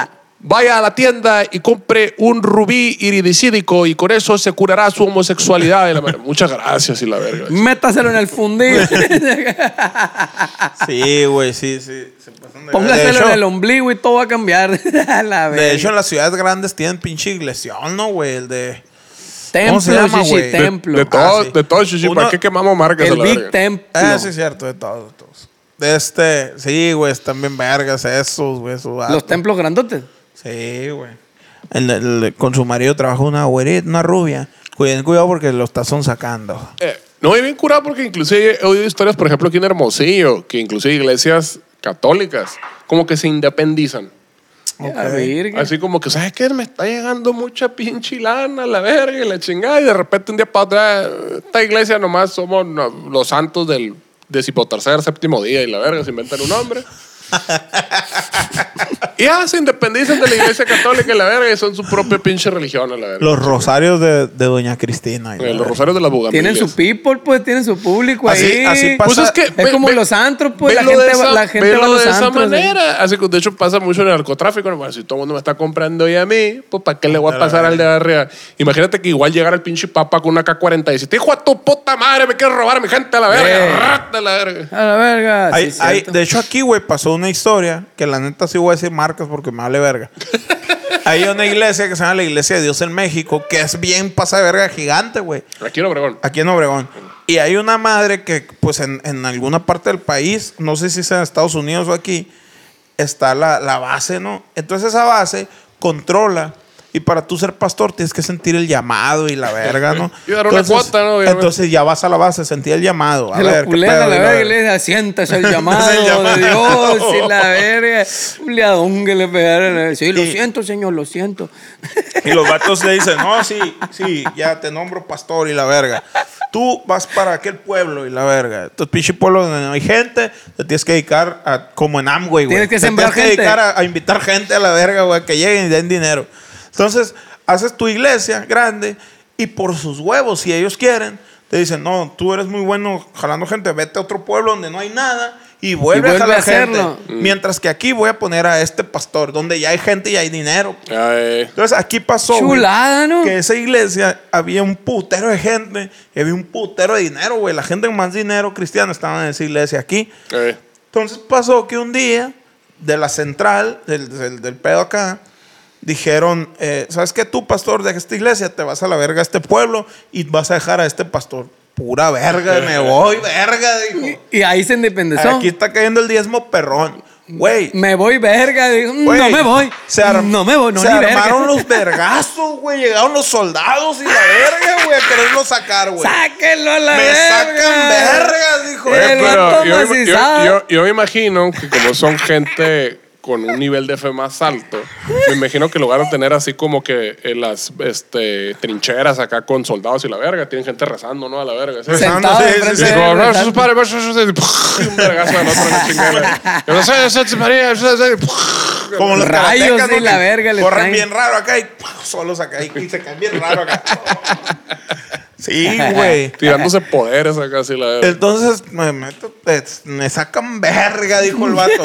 [SPEAKER 3] Vaya a la tienda y compre un rubí iridicídico y con eso se curará su homosexualidad. Y la verga, Muchas gracias y la verga.
[SPEAKER 2] Métaselo en el fundido.
[SPEAKER 1] Sí, güey, sí, sí. se pasan de- de
[SPEAKER 2] Póngaselo
[SPEAKER 1] hecho-
[SPEAKER 2] en el ombligo y todo va a cambiar. A la
[SPEAKER 1] De
[SPEAKER 2] verga.
[SPEAKER 1] hecho, en las ciudades grandes tienen pinche iglesión, ¿no, güey? El de... ¿cómo se
[SPEAKER 2] templo,
[SPEAKER 1] llama,
[SPEAKER 2] Shishi,
[SPEAKER 1] güey? De-
[SPEAKER 2] templo.
[SPEAKER 3] De todo,
[SPEAKER 1] Ah, sí.
[SPEAKER 3] de todo, Shishi,
[SPEAKER 1] Uno-
[SPEAKER 3] ¿para qué quemamos marcas a
[SPEAKER 2] el
[SPEAKER 3] la
[SPEAKER 2] Big
[SPEAKER 3] verga?
[SPEAKER 2] Templo.
[SPEAKER 1] Ah, sí, es cierto, de todos, de todos. De este, sí, güey, están bien vergas esos, güey, esos vatos.
[SPEAKER 2] Los templos grandotes.
[SPEAKER 1] Sí, güey. El- el- con su marido trabaja una güerita, una rubia. Cuiden cuidado porque los están sacando.
[SPEAKER 3] Eh, no, y bien curado porque inclusive he oído historias, por ejemplo, aquí en Hermosillo, que inclusive iglesias católicas como que se independizan.
[SPEAKER 2] A la verga.
[SPEAKER 3] Así como que, ¿sabes qué? Me está llegando mucha pinche lana, la verga y la chingada. Y de repente un día para otra, esta iglesia nomás somos no, los santos del decimotercer, séptimo día y la verga, se inventan un nombre. y ya se independizan de la iglesia católica y la verga y son su propia pinche religión a la verga.
[SPEAKER 1] Los rosarios de, de Doña Cristina. y
[SPEAKER 3] Eh,
[SPEAKER 1] la
[SPEAKER 3] los
[SPEAKER 1] verga.
[SPEAKER 3] rosarios de las bugambillas.
[SPEAKER 2] Tienen su people, pues, tienen su público
[SPEAKER 1] Así-
[SPEAKER 2] ahí.
[SPEAKER 1] así pasa.
[SPEAKER 3] Pues es que
[SPEAKER 2] Es como los antros, pues, la
[SPEAKER 3] velo
[SPEAKER 2] gente
[SPEAKER 3] de
[SPEAKER 2] va-
[SPEAKER 3] esa-
[SPEAKER 2] la gente
[SPEAKER 3] velo
[SPEAKER 2] va a los
[SPEAKER 3] de esa
[SPEAKER 2] antros, ¿eh?
[SPEAKER 3] manera. Así que, de hecho, pasa mucho en el narcotráfico. ¿no? Bueno, si todo el mundo me está comprando y a mí, pues, ¿para qué le voy a pasar al de arriba? Imagínate que igual llegara el pinche papa con una K-47. Hijo a tu puta madre, me quieres robar a mi gente a la
[SPEAKER 2] Eh.
[SPEAKER 3] verga. Rata a la verga.
[SPEAKER 2] A la verga.
[SPEAKER 1] Hay-
[SPEAKER 2] sí,
[SPEAKER 1] hay-
[SPEAKER 2] cierto.
[SPEAKER 1] de hecho, aquí, güey, pasó una historia que la neta sí voy a decir marcas porque me vale verga. Hay una iglesia que se llama la Iglesia de Dios en México, que es bien pasa de verga gigante, güey.
[SPEAKER 3] Aquí en Obregón.
[SPEAKER 1] Aquí en Obregón. Y hay una madre que, pues, en, en alguna parte del país, no sé si es en Estados Unidos o aquí, está la, la base, ¿no? Entonces esa base controla Y para tú ser pastor tienes que sentir el llamado y la verga, ¿no?
[SPEAKER 3] Y dar una cuota, ¿no? Obviamente.
[SPEAKER 1] Entonces ya vas a la base, sentir el llamado. A
[SPEAKER 2] Se
[SPEAKER 1] ver,
[SPEAKER 2] lo
[SPEAKER 1] qué
[SPEAKER 2] culera,
[SPEAKER 1] pedo,
[SPEAKER 2] la
[SPEAKER 1] y
[SPEAKER 2] verga, y le dice, siéntase el llamado,
[SPEAKER 1] llamado.
[SPEAKER 2] de Dios, y la verga. Un leadón que le pegaron. eh. Sí, lo siento, señor, lo siento.
[SPEAKER 1] Y los vatos le dicen, no, sí, sí, ya te nombro pastor y la verga. Tú vas para aquel pueblo y la verga. Entonces, pinche pueblo donde no hay gente, te tienes que dedicar a, como en Amway, güey.
[SPEAKER 2] Tienes que
[SPEAKER 1] Te
[SPEAKER 2] sembrar
[SPEAKER 1] tienes
[SPEAKER 2] gente.
[SPEAKER 1] que dedicar a, a invitar gente a la verga, güey, que lleguen y den dinero. Entonces, haces tu iglesia grande y por sus huevos, si ellos quieren, te dicen, no, tú eres muy bueno jalando gente, vete a otro pueblo donde no hay nada y vuelve,
[SPEAKER 2] vuelve
[SPEAKER 1] a jalar
[SPEAKER 2] a hacerlo.
[SPEAKER 1] gente. Mientras que aquí voy a poner a este pastor, donde ya hay gente y hay dinero.
[SPEAKER 3] Ay,
[SPEAKER 1] Entonces aquí pasó güey,
[SPEAKER 2] Chulada, ¿no?
[SPEAKER 1] que esa iglesia había un putero de gente y había un putero de dinero, güey. La gente con más dinero cristiana estaba en esa iglesia aquí.
[SPEAKER 3] ay.
[SPEAKER 1] Entonces pasó que un día de la central, del, del- del pedo acá, dijeron, eh, ¿sabes qué? Tú, pastor, de esta iglesia, te vas a la verga a este pueblo y vas a dejar a este pastor. Pura verga, me voy, verga, dijo.
[SPEAKER 2] Y ahí se independizó.
[SPEAKER 1] Aquí está cayendo el diezmo perrón. Güey,
[SPEAKER 2] Me voy, verga. digo, "Mm,
[SPEAKER 1] Güey,
[SPEAKER 2] no me voy.
[SPEAKER 1] se ar-
[SPEAKER 2] no me voy, no
[SPEAKER 1] se
[SPEAKER 2] ni verga.
[SPEAKER 1] armaron los vergazos, güey. Llegaron los soldados y la verga, güey, a quererlo sacar, güey.
[SPEAKER 2] Sáquenlo a la
[SPEAKER 1] Me
[SPEAKER 2] verga. Eh,
[SPEAKER 1] sacan vergas, dijo.
[SPEAKER 2] El
[SPEAKER 3] Oye, pero
[SPEAKER 2] vato
[SPEAKER 3] yo, me- yo,
[SPEAKER 2] macizado.
[SPEAKER 3] yo- yo me imagino que como son gente con un nivel de fe más alto, me imagino que lo van a tener así como que en las este, trincheras acá con soldados y la verga. Tienen gente rezando, ¿no? A la verga. Sí.
[SPEAKER 1] Sí.
[SPEAKER 2] Sentado
[SPEAKER 1] Sí, sí,
[SPEAKER 2] enfrente
[SPEAKER 3] Y
[SPEAKER 1] sí.
[SPEAKER 2] de él,
[SPEAKER 3] como, "Ah,
[SPEAKER 2] rezando.
[SPEAKER 3] sus padres, pues, sus- sus-" y un vergazo al otro, una chingada. Yo no sé, yo sé, sus María, yo sé,
[SPEAKER 1] Como los
[SPEAKER 2] Rayos
[SPEAKER 1] karatecas,
[SPEAKER 2] de
[SPEAKER 1] ¿no?
[SPEAKER 2] la
[SPEAKER 1] Que
[SPEAKER 2] verga le
[SPEAKER 1] Corren
[SPEAKER 2] traen.
[SPEAKER 1] bien raro acá y ¡puf! solos acá y, y se caen bien raro acá. sí, güey.
[SPEAKER 3] Tirándose poderes acá, así la verga.
[SPEAKER 1] Entonces me meto, eh, me sacan verga, dijo el vato.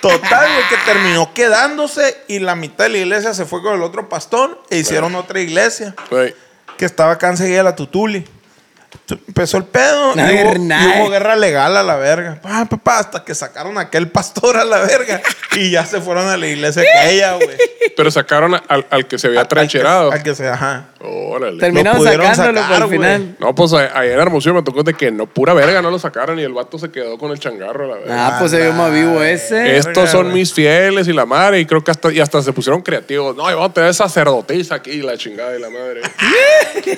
[SPEAKER 1] Total, güey, que terminó quedándose y la mitad de la iglesia se fue con el otro pastor e hicieron otra iglesia.
[SPEAKER 3] Güey.
[SPEAKER 1] que estaba acá enseguida de la Tutuli. Tu- Empezó el pedo y
[SPEAKER 2] La
[SPEAKER 1] hubo,
[SPEAKER 2] verdad.
[SPEAKER 1] y hubo guerra legal a la verga. Pa, pa, pa, hasta que sacaron a aquel pastor a la verga y ya se fueron a la iglesia que ella, güey.
[SPEAKER 3] Pero sacaron a- al, al que se había trincherado.
[SPEAKER 1] Al que, al que se, ajá.
[SPEAKER 3] Órale.
[SPEAKER 2] Terminaron
[SPEAKER 1] pudieron
[SPEAKER 2] sacándolo
[SPEAKER 1] sacar,
[SPEAKER 2] por el
[SPEAKER 1] güey.
[SPEAKER 2] final.
[SPEAKER 3] No, pues a- ayer en Hermosillo me tocó de que no, pura verga, no lo sacaron y el vato se quedó con el changarro, la verga.
[SPEAKER 2] Ah, pues se vio más vivo ese.
[SPEAKER 1] Es-
[SPEAKER 3] Estos son
[SPEAKER 1] Eh, güey.
[SPEAKER 3] mis fieles y la madre, y creo que hasta, y hasta se pusieron creativos. No, yo voy a tener sacerdotisa aquí, y la chingada y la madre.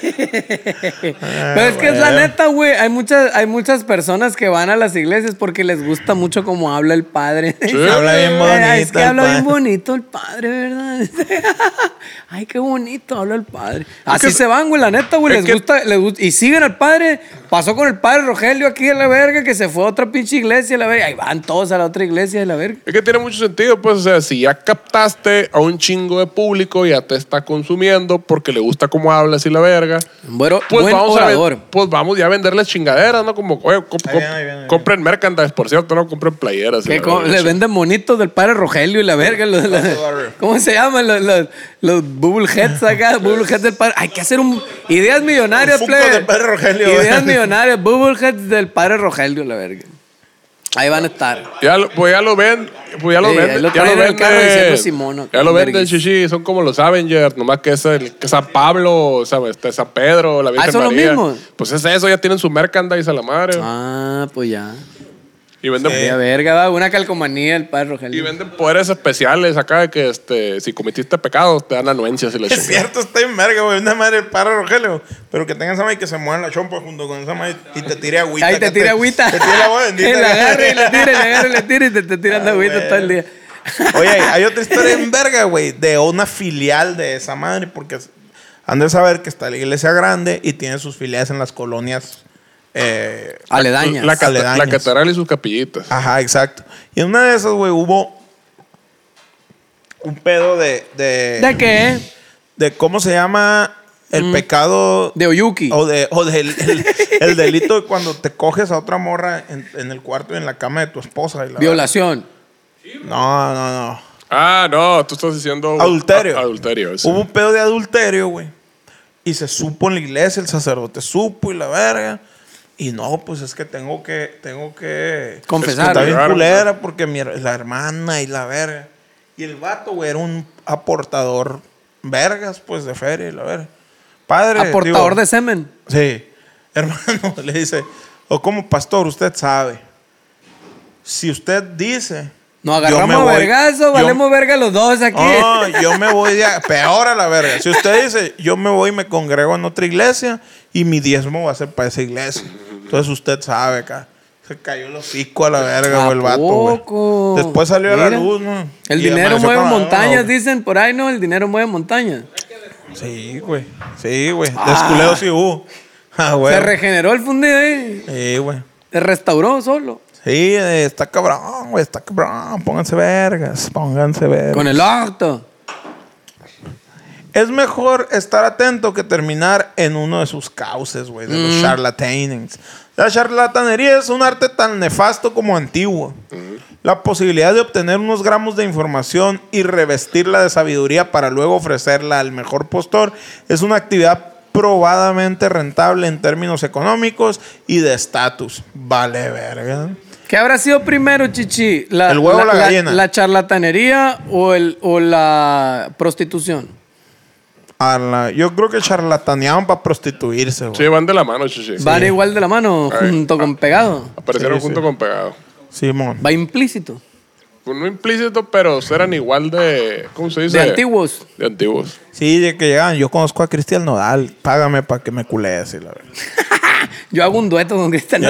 [SPEAKER 3] Ah,
[SPEAKER 2] Pero es que es la neta, güey. Hay muchas, hay muchas personas que van a las iglesias porque les gusta mucho cómo habla el padre.
[SPEAKER 3] Sí.
[SPEAKER 1] Habla bien bonito.
[SPEAKER 2] Ay, Es que
[SPEAKER 1] el
[SPEAKER 2] habla
[SPEAKER 1] pa-
[SPEAKER 2] bien bonito el padre, ¿verdad? Ay, qué bonito habla el padre. Así
[SPEAKER 3] que-
[SPEAKER 2] se van, güey, la neta, güey.
[SPEAKER 3] es
[SPEAKER 2] Les
[SPEAKER 3] que-
[SPEAKER 2] gusta, les gusta. Y siguen al padre. Pasó con el padre Rogelio aquí en la verga, que se fue a otra pinche iglesia, la verga. Ahí van todos a la otra iglesia de la verga.
[SPEAKER 3] Es que tiene mucho sentido, pues, o sea, si ya captaste a un chingo de público, ya te está consumiendo porque le gusta cómo hablas y la verga.
[SPEAKER 2] Bueno,
[SPEAKER 3] Pues
[SPEAKER 2] buen
[SPEAKER 3] vamos a
[SPEAKER 2] orador.
[SPEAKER 3] ver, pues vamos ya a venderles chingaderas, ¿no? Como, oye, comp-
[SPEAKER 1] Ahí viene,
[SPEAKER 3] comp-
[SPEAKER 1] ahí viene, ahí
[SPEAKER 3] compren merchandise, por cierto, no compren playeras. y
[SPEAKER 2] Que
[SPEAKER 3] la
[SPEAKER 2] co-
[SPEAKER 3] verga.
[SPEAKER 2] le venden monitos del padre Rogelio y la verga. los- los- ¿Cómo se llaman? Los, los, los bubble heads acá, bubble heads del padre. Hay que hacer un. Ideas millonarias,
[SPEAKER 1] Un Funko
[SPEAKER 2] plebe.
[SPEAKER 1] del padre Rogelio,
[SPEAKER 2] Ideas
[SPEAKER 1] güey.
[SPEAKER 2] millonarias, bubble heads del padre Rogelio, la verga. Ahí van a estar.
[SPEAKER 3] Ya, lo- pues ya lo ven, pues ya lo
[SPEAKER 2] Sí, ahí
[SPEAKER 3] ven,
[SPEAKER 2] lo
[SPEAKER 3] ya
[SPEAKER 2] traen
[SPEAKER 3] lo
[SPEAKER 2] en el
[SPEAKER 3] ven.
[SPEAKER 2] carro diciendo Simón, ¿no?
[SPEAKER 3] ya lo venden,
[SPEAKER 2] Verguis.
[SPEAKER 3] chichi, son como los Avengers, nomás que es el que San Pablo, o sea, este, San Pedro, la Virgen
[SPEAKER 2] Ah, son lo
[SPEAKER 3] María.
[SPEAKER 2] mismo.
[SPEAKER 3] Pues es eso, ya tienen su merchandise a la madre.
[SPEAKER 2] Ah, pues ya.
[SPEAKER 3] Y venden
[SPEAKER 2] La verga, va. Una calcomanía del padre Rogelio.
[SPEAKER 3] Y venden poderes especiales acá de que este, si cometiste pecados te dan anuencias y la
[SPEAKER 1] Es
[SPEAKER 3] chingada.
[SPEAKER 1] cierto, está en verga, güey. Una madre el padre Rogelio. Pero que tenga esa madre que se mueva en la chompa junto con esa madre y te tire agüita.
[SPEAKER 2] Ahí te
[SPEAKER 1] que
[SPEAKER 2] tira agüita.
[SPEAKER 1] Te tira agua bendita.
[SPEAKER 2] Y la agarra y la tira, y la agarra y la tira y te está tirando
[SPEAKER 1] Ah,
[SPEAKER 2] agüita
[SPEAKER 1] güey.
[SPEAKER 2] todo el día.
[SPEAKER 1] Oye, hay otra historia en verga, güey, de una filial de esa madre, porque han de saber que está la iglesia grande y tiene sus filiales en las colonias. eh,
[SPEAKER 2] Aledañas.
[SPEAKER 3] La, cata-
[SPEAKER 1] Aledañas.
[SPEAKER 3] la catedral y sus capillitas.
[SPEAKER 1] ajá, exacto. Y en una de esas, güey, hubo un pedo de. ¿De,
[SPEAKER 2] ¿De qué? Mm.
[SPEAKER 1] de cómo se llama el pecado.
[SPEAKER 2] De Oyuki.
[SPEAKER 1] O, de, o del el, el delito de cuando te coges a otra morra en, en el cuarto y en la cama de tu esposa. y la-
[SPEAKER 2] Violación.
[SPEAKER 1] No, no, no.
[SPEAKER 3] Ah, no, tú estás diciendo.
[SPEAKER 1] Adulterio.
[SPEAKER 3] a- adulterio, sí.
[SPEAKER 1] Hubo un pedo de adulterio, güey. Y se supo en la iglesia, el sacerdote supo y la verga. Y no, pues es que tengo que, tengo que.
[SPEAKER 2] Confesar.
[SPEAKER 1] Está bien
[SPEAKER 3] Claro,
[SPEAKER 1] culera porque mi, her- la hermana y la verga. Y el vato, güey, era un aportador vergas, pues, de feria y la verga. Padre.
[SPEAKER 2] Aportador
[SPEAKER 1] digo,
[SPEAKER 2] de semen.
[SPEAKER 1] Sí. Hermano, le dice, o como pastor, usted sabe. Si usted dice
[SPEAKER 2] Nos
[SPEAKER 1] Yo me
[SPEAKER 2] agarramos a
[SPEAKER 1] voy-
[SPEAKER 2] vergazo,
[SPEAKER 1] yo-
[SPEAKER 2] valemos verga los dos aquí.
[SPEAKER 1] No, Oh, yo me voy de peor a la verga. Si usted dice, yo me voy y me congrego en otra iglesia y mi diezmo va a ser para esa iglesia. Entonces usted sabe acá. Se cayó el hocico a la verga,
[SPEAKER 2] ¿A
[SPEAKER 1] güey, el vato,
[SPEAKER 2] poco?
[SPEAKER 1] güey. Después salió a la
[SPEAKER 2] Mira.
[SPEAKER 1] luz, ¿no?
[SPEAKER 2] El
[SPEAKER 1] Y
[SPEAKER 2] dinero
[SPEAKER 1] amaneció
[SPEAKER 2] mueve
[SPEAKER 1] con la-
[SPEAKER 2] montañas,
[SPEAKER 1] no,
[SPEAKER 2] dicen por ahí, ¿no? El dinero mueve montañas.
[SPEAKER 1] Sí, güey. Sí, güey. Desculeo sí hubo. Ah,
[SPEAKER 2] Ah. Se
[SPEAKER 1] güey.
[SPEAKER 2] regeneró el fundido ahí.
[SPEAKER 1] Sí, güey.
[SPEAKER 2] Se restauró solo.
[SPEAKER 1] Sí, eh, está cabrón, güey, está cabrón. Pónganse vergas, pónganse vergas.
[SPEAKER 2] Con el orto.
[SPEAKER 1] Es mejor estar atento que terminar en uno de sus cauces, güey, de los charlatanings. La charlatanería es un arte tan nefasto como antiguo. La posibilidad de obtener unos gramos de información y revestirla de sabiduría para luego ofrecerla al mejor postor es una actividad probadamente rentable en términos económicos y de estatus. Vale, verga.
[SPEAKER 2] ¿Qué habrá sido primero, Chichi? La,
[SPEAKER 1] ¿El huevo o la gallina?
[SPEAKER 2] ¿La charlatanería o, el, o la prostitución?
[SPEAKER 1] A la- yo creo que charlataneaban para prostituirse, güey.
[SPEAKER 3] Sí, van de la mano, chichi.
[SPEAKER 2] Van igual de la mano,
[SPEAKER 3] Ay.
[SPEAKER 2] junto con pegado.
[SPEAKER 3] Aparecieron
[SPEAKER 1] Sí,
[SPEAKER 3] junto
[SPEAKER 1] sí.
[SPEAKER 3] con pegado.
[SPEAKER 1] Simón.
[SPEAKER 2] Va implícito.
[SPEAKER 3] Pues No implícito, pero eran igual de. ¿Cómo se dice?
[SPEAKER 2] De antiguos.
[SPEAKER 3] De antiguos.
[SPEAKER 1] Sí, de que llegaban. Yo conozco a Cristian Nodal. Págame para que me culees. y la verdad.
[SPEAKER 2] Yo hago un dueto con Cristian.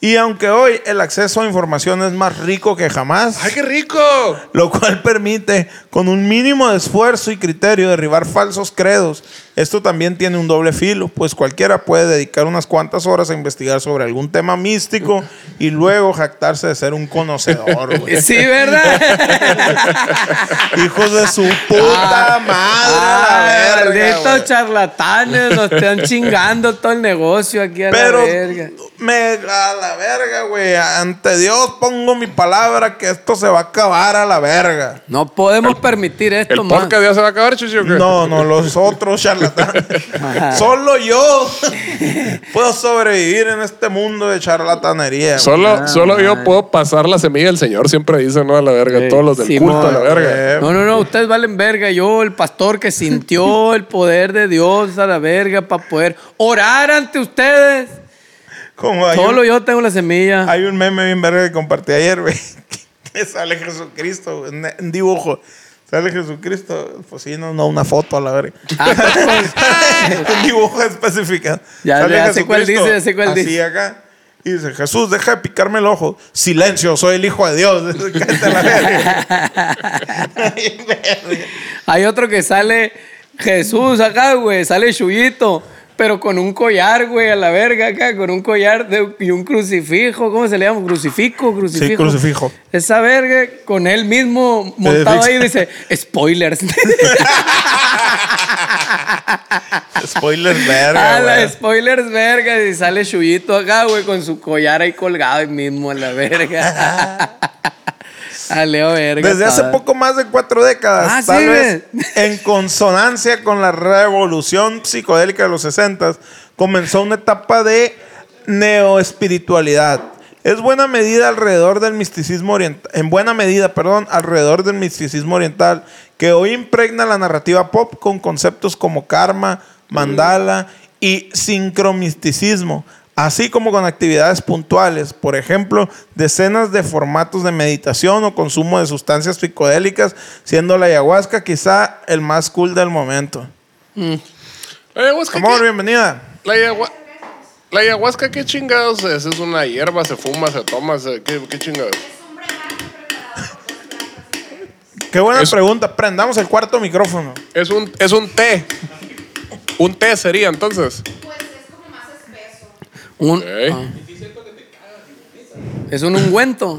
[SPEAKER 1] y aunque hoy el acceso a información es más rico que jamás,
[SPEAKER 3] ¡Ay, qué rico!
[SPEAKER 1] lo cual permite, con un mínimo de esfuerzo y criterio, derribar falsos credos, esto también tiene un doble filo, pues cualquiera puede dedicar unas cuantas horas a investigar sobre algún tema místico y luego jactarse de ser un conocedor. güey.
[SPEAKER 2] Sí, ¿verdad?
[SPEAKER 1] Hijos de su puta
[SPEAKER 2] ah,
[SPEAKER 1] madre. a la Ah, verga,
[SPEAKER 2] Malditos
[SPEAKER 1] güey.
[SPEAKER 2] charlatanes, nos están chingando todo el negocio aquí a
[SPEAKER 1] Pero
[SPEAKER 2] la verga.
[SPEAKER 1] me a la verga, güey. Ante Dios pongo mi palabra que esto se va a acabar a la verga.
[SPEAKER 2] No podemos permitir
[SPEAKER 3] ¿El
[SPEAKER 2] esto más.
[SPEAKER 3] podcast ya se va a acabar, chichi? ¿o qué?
[SPEAKER 1] No, no, los otros charlatanes. Solo yo puedo sobrevivir en este mundo de charlatanería. güey.
[SPEAKER 3] Solo,
[SPEAKER 2] Ah,
[SPEAKER 3] solo yo
[SPEAKER 2] man.
[SPEAKER 3] puedo pasar la semilla del Señor, siempre dice, ¿no? A la verga.
[SPEAKER 2] Sí,
[SPEAKER 3] Todos los del
[SPEAKER 2] sí,
[SPEAKER 3] culto, a
[SPEAKER 2] man.
[SPEAKER 3] la verga.
[SPEAKER 1] Eh,
[SPEAKER 2] No, no, no, ustedes valen verga. Yo, el pastor que sintió el poder de Dios a la verga para poder orar ante ustedes.
[SPEAKER 1] Como hay,
[SPEAKER 2] Solo
[SPEAKER 1] un,
[SPEAKER 2] yo tengo la semilla.
[SPEAKER 1] hay un meme bien verga que compartí ayer, güey. Que sale Jesucristo, güey, en en dibujo. Sale Jesucristo, pues sí, no, no, una foto a la verga.
[SPEAKER 2] Ah, pues,
[SPEAKER 1] un dibujo especificado.
[SPEAKER 2] Ya,
[SPEAKER 1] Sale
[SPEAKER 2] ya sé cuál
[SPEAKER 1] Jesucristo
[SPEAKER 2] dice, ya sé cuál
[SPEAKER 1] así
[SPEAKER 2] dice.
[SPEAKER 1] acá. Y dice, Jesús, deja de picarme el ojo. Silencio, soy el hijo de Dios. Cállate a la verga.
[SPEAKER 2] hay otro que sale Jesús acá, güey. Sale Chuyito, pero con un collar, güey, a la verga acá, con un collar de- y un crucifijo. ¿Cómo se le llama? Crucifijo, crucifijo.
[SPEAKER 1] crucifijo.
[SPEAKER 2] Esa verga con él mismo montado ahí dice, spoilers.
[SPEAKER 1] Spoiler verga,
[SPEAKER 2] Ah, la
[SPEAKER 1] güey.
[SPEAKER 2] spoilers, verga. Y sale Chuyito acá, güey, con su collar ahí colgado ahí mismo a la verga. a Leo, verga.
[SPEAKER 1] Desde hace
[SPEAKER 2] toda.
[SPEAKER 1] poco más de cuatro décadas,
[SPEAKER 2] Ah,
[SPEAKER 1] tal
[SPEAKER 2] sí,
[SPEAKER 1] vez
[SPEAKER 2] güey.
[SPEAKER 1] en consonancia con la revolución psicodélica de los 60, comenzó una etapa de neoespiritualidad. Es buena medida alrededor del misticismo oriental, en buena medida, perdón, alrededor del misticismo oriental, que hoy impregna la narrativa pop con conceptos como karma, mandala y sincromisticismo, así como con actividades puntuales, por ejemplo, decenas de formatos de meditación o consumo de sustancias psicodélicas, siendo la ayahuasca quizá el más cool del momento.
[SPEAKER 3] La ayahuasca,
[SPEAKER 1] Amor,
[SPEAKER 3] ¿qué?
[SPEAKER 1] bienvenida.
[SPEAKER 3] La, ayahua- la ayahuasca, ¿qué chingados es? Es una hierba, se fuma, se toma, se- ¿Qué, qué chingados?
[SPEAKER 1] Qué buena
[SPEAKER 3] Es-
[SPEAKER 1] pregunta. Prendamos el cuarto micrófono.
[SPEAKER 3] Es un, es un té. Un té sería, entonces.
[SPEAKER 4] pues,
[SPEAKER 2] Un-
[SPEAKER 3] Ok.
[SPEAKER 2] ah. Es un ungüento.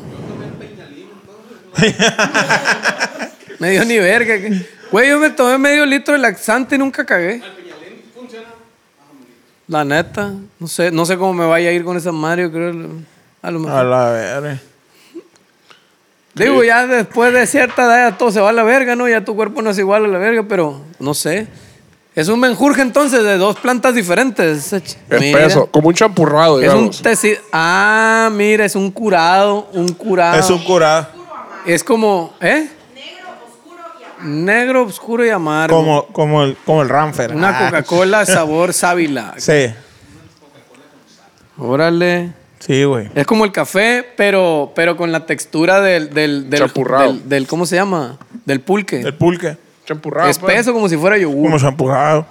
[SPEAKER 2] me dio ni verga. que- Güey, yo me tomé medio litro de laxante y nunca cagué. La neta, no sé, no sé cómo me vaya a ir con esa Mario, creo. A lo mejor.
[SPEAKER 1] A la verga.
[SPEAKER 2] Digo, ya después de cierta edad ya todo se va a la verga, ¿no? Ya tu cuerpo no es igual a la verga, pero no sé. Es un menjurje entonces de dos plantas diferentes. esa ch-
[SPEAKER 3] Es
[SPEAKER 2] Mira.
[SPEAKER 3] peso, como un champurrado,
[SPEAKER 2] Es un
[SPEAKER 3] digamos.
[SPEAKER 2] tecido. Ah, mira, es un curado, un curado.
[SPEAKER 1] Es
[SPEAKER 2] Es,
[SPEAKER 1] un curado.
[SPEAKER 2] como, ¿eh? Negro, oscuro y amargo.
[SPEAKER 1] Como, como, el, como el Ramfer.
[SPEAKER 2] Una
[SPEAKER 1] Ah.
[SPEAKER 2] Coca-Cola sabor sábila.
[SPEAKER 1] Sí.
[SPEAKER 2] Órale.
[SPEAKER 1] Sí, güey.
[SPEAKER 2] Es como el café, pero, pero con la textura del, del, del,
[SPEAKER 3] Champurrado.
[SPEAKER 2] del- del- ¿cómo se llama? Del pulque.
[SPEAKER 1] El pulque.
[SPEAKER 3] Champurrado. pues.
[SPEAKER 2] Espeso como si fuera yogur.
[SPEAKER 1] pues. Como champujado.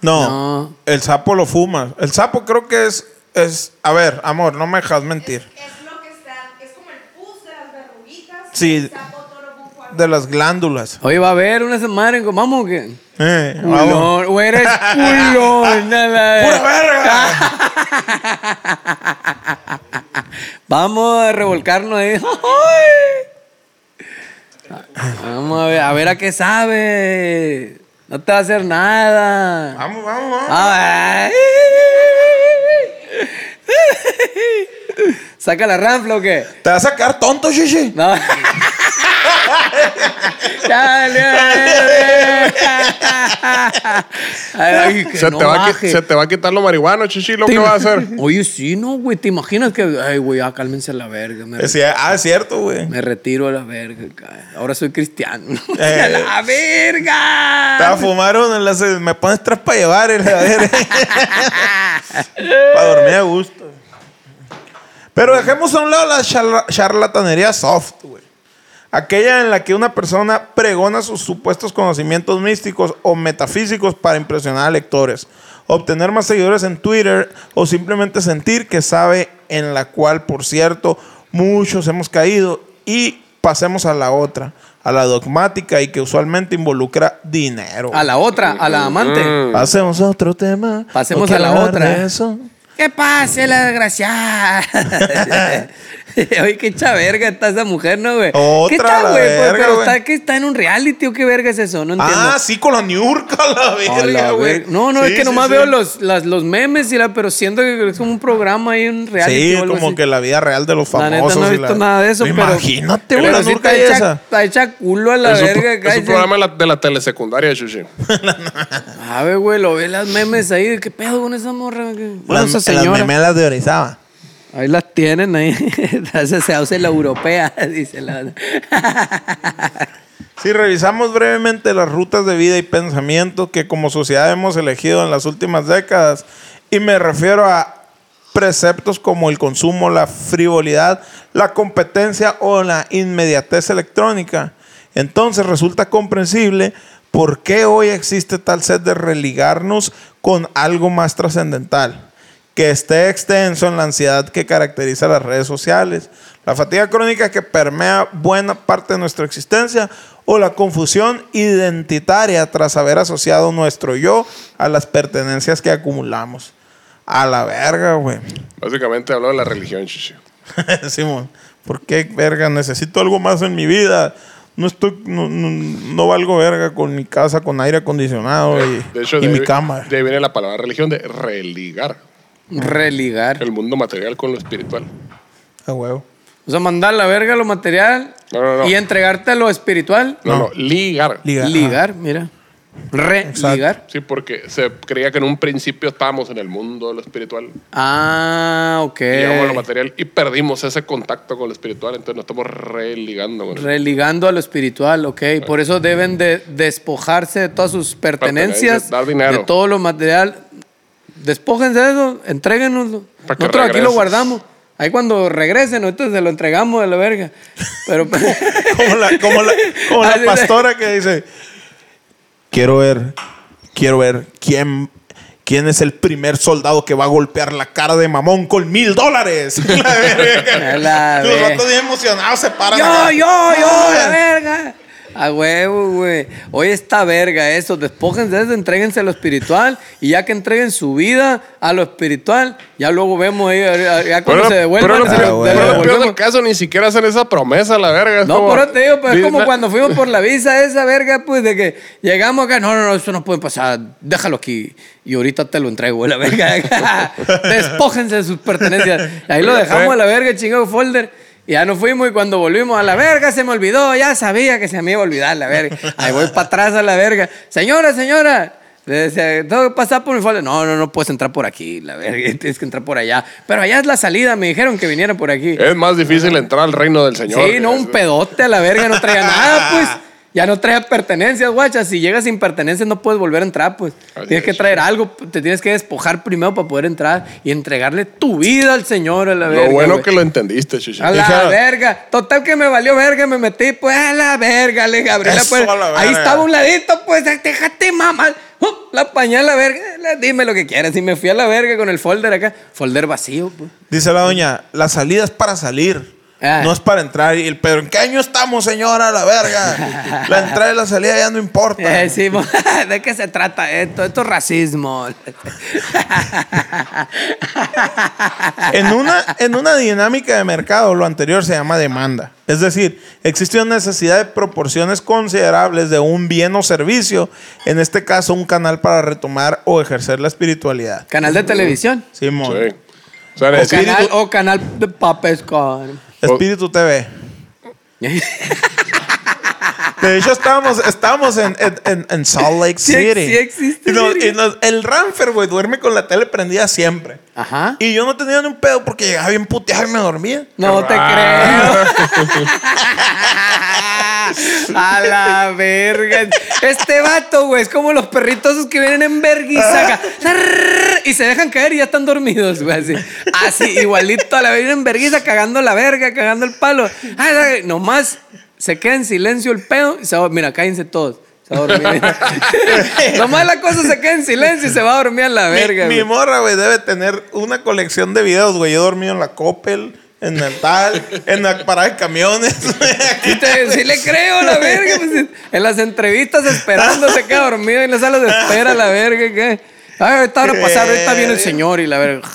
[SPEAKER 1] No,
[SPEAKER 2] No.
[SPEAKER 1] el sapo lo fuma. El sapo creo que es, es. A ver, amor, no me dejas
[SPEAKER 4] Es,
[SPEAKER 1] mentir.
[SPEAKER 4] es lo que está, es como el pus de las verruguitas.
[SPEAKER 1] Sí.
[SPEAKER 4] el sapo, toro, bufo,
[SPEAKER 1] De las glándulas.
[SPEAKER 2] Hoy va a haber una semana en Comamos que.
[SPEAKER 1] Eh, vamos.
[SPEAKER 2] Culón, güey, eres culón. a la vez.
[SPEAKER 1] ¡Pura verga!
[SPEAKER 2] Vamos a revolcarnos ahí. ¡Ay! Vamos a ver, a ver a qué sabe. No te va a hacer nada.
[SPEAKER 1] Vamos, vamos, vamos.
[SPEAKER 2] Ah. Ay. Saca la ranfla o qué?
[SPEAKER 1] ¿Te vas a sacar tonto, Shishi?
[SPEAKER 2] No. Dale, dale. Ay, que
[SPEAKER 3] Se,
[SPEAKER 2] no
[SPEAKER 3] te va a, qui-
[SPEAKER 2] baje.
[SPEAKER 3] se te va a quitar lo marihuano, chichi, lo
[SPEAKER 2] Te
[SPEAKER 3] que va a
[SPEAKER 2] ima-
[SPEAKER 3] hacer.
[SPEAKER 2] Oye, sí, no, güey. ¿Te imaginas que. Ay, güey, ya cálmense a la verga. Me,
[SPEAKER 1] Es cier- ah, es cierto, güey.
[SPEAKER 2] me retiro a la verga. ca- Ahora soy cristiano.
[SPEAKER 1] Eh.
[SPEAKER 2] ¡A la
[SPEAKER 1] Te va a
[SPEAKER 2] verga!
[SPEAKER 1] fumar uno en las- me pones tres para llevar y la verga. para dormir a gusto. Pero dejemos a un lado la charla- charlatanería soft, güey. Aquella en la que una persona pregona sus supuestos conocimientos místicos o metafísicos para impresionar a lectores, obtener más seguidores en Twitter o simplemente sentir que sabe en la cual, por cierto, muchos hemos caído y pasemos a la otra, a la dogmática y que usualmente involucra dinero.
[SPEAKER 2] A la otra, a la amante.
[SPEAKER 1] Mm. Pasemos a otro tema.
[SPEAKER 2] Pasemos
[SPEAKER 1] No
[SPEAKER 2] a la
[SPEAKER 1] quiero hablar
[SPEAKER 2] otra.
[SPEAKER 1] de eso.
[SPEAKER 2] ¿Qué pase la desgraciada? Oye, qué hecha verga está esa mujer, ¿no, güey? ¿Qué
[SPEAKER 1] Otra
[SPEAKER 2] está,
[SPEAKER 1] la
[SPEAKER 2] güey? Pues,
[SPEAKER 1] verga,
[SPEAKER 2] pero
[SPEAKER 1] güey.
[SPEAKER 2] está, ¿qué está en un reality o qué verga es eso? No entiendo.
[SPEAKER 1] Ah, sí, con la Niurka, la
[SPEAKER 2] A la
[SPEAKER 1] verga, güey.
[SPEAKER 2] verga. No, no,
[SPEAKER 1] Sí,
[SPEAKER 2] es que
[SPEAKER 1] sí,
[SPEAKER 2] nomás
[SPEAKER 1] sí.
[SPEAKER 2] veo los, las- los memes, y la, pero siento que es como un programa ahí, un reality.
[SPEAKER 1] Sí,
[SPEAKER 2] o algo
[SPEAKER 1] como
[SPEAKER 2] así.
[SPEAKER 1] que la vida real de los
[SPEAKER 2] La neta
[SPEAKER 1] famosos.
[SPEAKER 2] no he
[SPEAKER 1] y
[SPEAKER 2] visto
[SPEAKER 1] la-
[SPEAKER 2] nada de eso, pero.
[SPEAKER 1] Imagínate, güey,
[SPEAKER 2] pero
[SPEAKER 1] la
[SPEAKER 2] sí
[SPEAKER 1] Niurka
[SPEAKER 2] está
[SPEAKER 1] y
[SPEAKER 2] hecha-
[SPEAKER 1] esa.
[SPEAKER 2] Está hecha culo a la
[SPEAKER 3] Es un, pro-
[SPEAKER 2] verga.
[SPEAKER 3] es un
[SPEAKER 2] cállate.
[SPEAKER 3] programa de la, de la telesecundaria, chichi.
[SPEAKER 2] A ver, güey, lo ve las memes ahí. de ¿Qué pedo con esa morra? Bueno,
[SPEAKER 1] Las,
[SPEAKER 2] esa
[SPEAKER 1] las
[SPEAKER 2] señora.
[SPEAKER 1] memelas de Orizaba.
[SPEAKER 2] Ahí las tienen, ahí. Esa se hace la europea, dice la otra.
[SPEAKER 1] Si revisamos brevemente las rutas de vida y pensamiento que como sociedad hemos elegido en las últimas décadas, y me refiero a preceptos como el consumo, la frivolidad, la competencia o la inmediatez electrónica, entonces resulta comprensible por qué hoy existe tal sed de religarnos con algo más trascendental que esté extenso en la ansiedad que caracteriza las redes sociales, la fatiga crónica que permea buena parte de nuestra existencia o la confusión identitaria tras haber asociado nuestro yo a las pertenencias que acumulamos. A la verga, güey.
[SPEAKER 3] Básicamente habló de la religión, chichi.
[SPEAKER 1] Simón, ¿por qué verga? Necesito algo más en mi vida. No, estoy, no, no- no valgo verga con mi casa, con aire acondicionado y,
[SPEAKER 3] De hecho,
[SPEAKER 1] y
[SPEAKER 3] de ahí
[SPEAKER 1] mi
[SPEAKER 3] vi-
[SPEAKER 1] cama.
[SPEAKER 3] De ahí viene la palabra religión de religar
[SPEAKER 2] Religar.
[SPEAKER 3] el mundo material con lo espiritual.
[SPEAKER 1] A huevo.
[SPEAKER 2] O sea, mandar la verga lo material
[SPEAKER 3] No, no, no.
[SPEAKER 2] y entregarte a lo espiritual.
[SPEAKER 3] No, no,
[SPEAKER 1] No.
[SPEAKER 3] ligar.
[SPEAKER 1] Liga- ajá.
[SPEAKER 2] Ligar, mira. Religar.
[SPEAKER 3] Sí, porque se creía que en un principio estábamos en el mundo de lo espiritual.
[SPEAKER 2] Ah, ok.
[SPEAKER 3] Llegamos a lo material y perdimos ese contacto con lo espiritual, entonces nos estamos religando con eso.
[SPEAKER 2] Religando a lo espiritual, ok. Por eso deben de despojarse de todas sus pertenencias,
[SPEAKER 3] Pertenencias, dar dinero.
[SPEAKER 2] de todo lo material. Despójense de eso, entréguenoslo.
[SPEAKER 3] Pa' que
[SPEAKER 2] Nosotros aquí lo
[SPEAKER 3] regreses.
[SPEAKER 2] guardamos. Ahí cuando regresen, nosotros se lo entregamos de la verga. Pero
[SPEAKER 1] Como la, como la, como la
[SPEAKER 2] Así de-
[SPEAKER 1] pastora que dice, quiero ver, quiero ver quién, quién es el primer soldado que va a golpear la cara de mamón con mil dólares. La verga.
[SPEAKER 2] A la
[SPEAKER 1] Los
[SPEAKER 2] verga.
[SPEAKER 1] ratos bien emocionados se paran.
[SPEAKER 2] Yo,
[SPEAKER 1] acá.
[SPEAKER 2] yo, yo, la
[SPEAKER 1] Ay.
[SPEAKER 2] verga. A huevo, güey. Hoy está verga eso. Despójense de eso, entréguense a lo espiritual. Y ya que entreguen su vida a lo espiritual, ya luego vemos ahí, ya ya cuando se devuelvan.
[SPEAKER 3] pero,
[SPEAKER 2] se
[SPEAKER 3] pero-
[SPEAKER 2] lo-
[SPEAKER 1] Ah,
[SPEAKER 3] pero
[SPEAKER 2] se lo
[SPEAKER 3] lo peor
[SPEAKER 2] devolvemos.
[SPEAKER 3] del caso, ni siquiera hacen esa promesa, la verga. es
[SPEAKER 2] No,
[SPEAKER 3] como-
[SPEAKER 2] por eso te digo, pero es
[SPEAKER 3] Di-
[SPEAKER 2] como
[SPEAKER 3] na-
[SPEAKER 2] cuando fuimos por la visa esa verga, pues de que llegamos acá, no, no, no, eso no puede pasar, déjalo aquí y ahorita te lo entrego, la verga. Despójense de sus pertenencias. Y Ahí lo
[SPEAKER 3] Ya
[SPEAKER 2] dejamos
[SPEAKER 3] fue.
[SPEAKER 2] a la verga, chingado folder. Y ya nos fuimos y cuando volvimos a la verga se me olvidó, ya sabía que se me iba a olvidar la verga. Ahí voy para atrás a la verga. Señora, señora. Le decía, tengo que pasar por mi folder. No, no, no puedes entrar por aquí, la verga. Tienes que entrar por allá. Pero allá es la salida, me dijeron que viniera por aquí.
[SPEAKER 3] Es más difícil entrar al reino del Señor.
[SPEAKER 2] Sí, no, un
[SPEAKER 3] pedo
[SPEAKER 2] pedote a la verga, no traía nada, pues. Ya no trae pertenencias, guacha. Si llegas sin pertenencias no puedes volver a entrar, pues.
[SPEAKER 3] Así
[SPEAKER 2] tienes que
[SPEAKER 3] es.
[SPEAKER 2] traer algo, te tienes que despojar primero para poder entrar y entregarle tu vida al Señor a la verga.
[SPEAKER 3] Lo bueno
[SPEAKER 2] güey.
[SPEAKER 3] que lo entendiste, Chichi.
[SPEAKER 2] A la
[SPEAKER 1] Dijeron-
[SPEAKER 2] verga. Total que me valió verga, me metí, pues a la verga, le dije, abrí la
[SPEAKER 1] Eso,
[SPEAKER 2] puerta.
[SPEAKER 1] a la
[SPEAKER 2] Ahí
[SPEAKER 1] verga.
[SPEAKER 2] estaba un ladito, pues déjate mamá. Uh, La pañé a la verga, la- dime lo que quieras. Y me fui a la verga con el folder acá. Folder vacío, pues.
[SPEAKER 1] Dice la doña, la salida es para salir.
[SPEAKER 2] Ah.
[SPEAKER 1] No es para entrar. Y el Pedro, ¿en qué año estamos, señora? La verga. La entrada y la salida ya no importa.
[SPEAKER 2] Eh, sí, mo- ¿de qué se trata esto? Esto es racismo.
[SPEAKER 1] En una, en una dinámica de mercado, lo anterior se llama demanda. Es decir, existe una necesidad de proporciones considerables de un bien o servicio, en este caso un canal para retomar o ejercer la espiritualidad.
[SPEAKER 2] Canal de televisión.
[SPEAKER 1] Simón.
[SPEAKER 3] Sí. O sea,
[SPEAKER 2] O
[SPEAKER 3] necesitas-
[SPEAKER 2] canal, o canal de papes con.
[SPEAKER 1] Espíritu TV. De hecho, estábamos, estábamos en, en- en- en Salt Lake
[SPEAKER 2] Sí,
[SPEAKER 1] City.
[SPEAKER 2] sí existe,
[SPEAKER 1] Y nos- y
[SPEAKER 2] verga.
[SPEAKER 1] nos- el Ramfer, güey, duerme con la tele prendida siempre.
[SPEAKER 2] Ajá.
[SPEAKER 1] Y yo no tenía ni un pedo porque llegaba bien puteado y me dormía.
[SPEAKER 2] No te
[SPEAKER 1] Ah.
[SPEAKER 2] creo. A la verga. Este vato, güey, es como los perritos esos que vienen en verguiza acá. Y se dejan caer y ya están dormidos, güey. Así, así igualito a la verga en verguiza, cagando la verga, cagando el palo. Ay, ay, Nomás se queda en silencio el pedo y se va- Mira, cállense todos. Se va a dormir. Nomás la cosa se queda en silencio y se va a dormir a la
[SPEAKER 1] Mi-
[SPEAKER 2] verga.
[SPEAKER 1] mi,
[SPEAKER 2] güey.
[SPEAKER 1] morra, güey, debe tener una colección de videos, güey. Yo he dormido en la Coppel, en el tal, en la parada de camiones. güey, aquí.
[SPEAKER 2] Sí, te- sí le creo, la verga. pues, sí. en las entrevistas esperando se queda dormido en las salas de espera, la verga. ¿qué? Ay, ahorita van a pasar, ahorita viene el señor y la verga.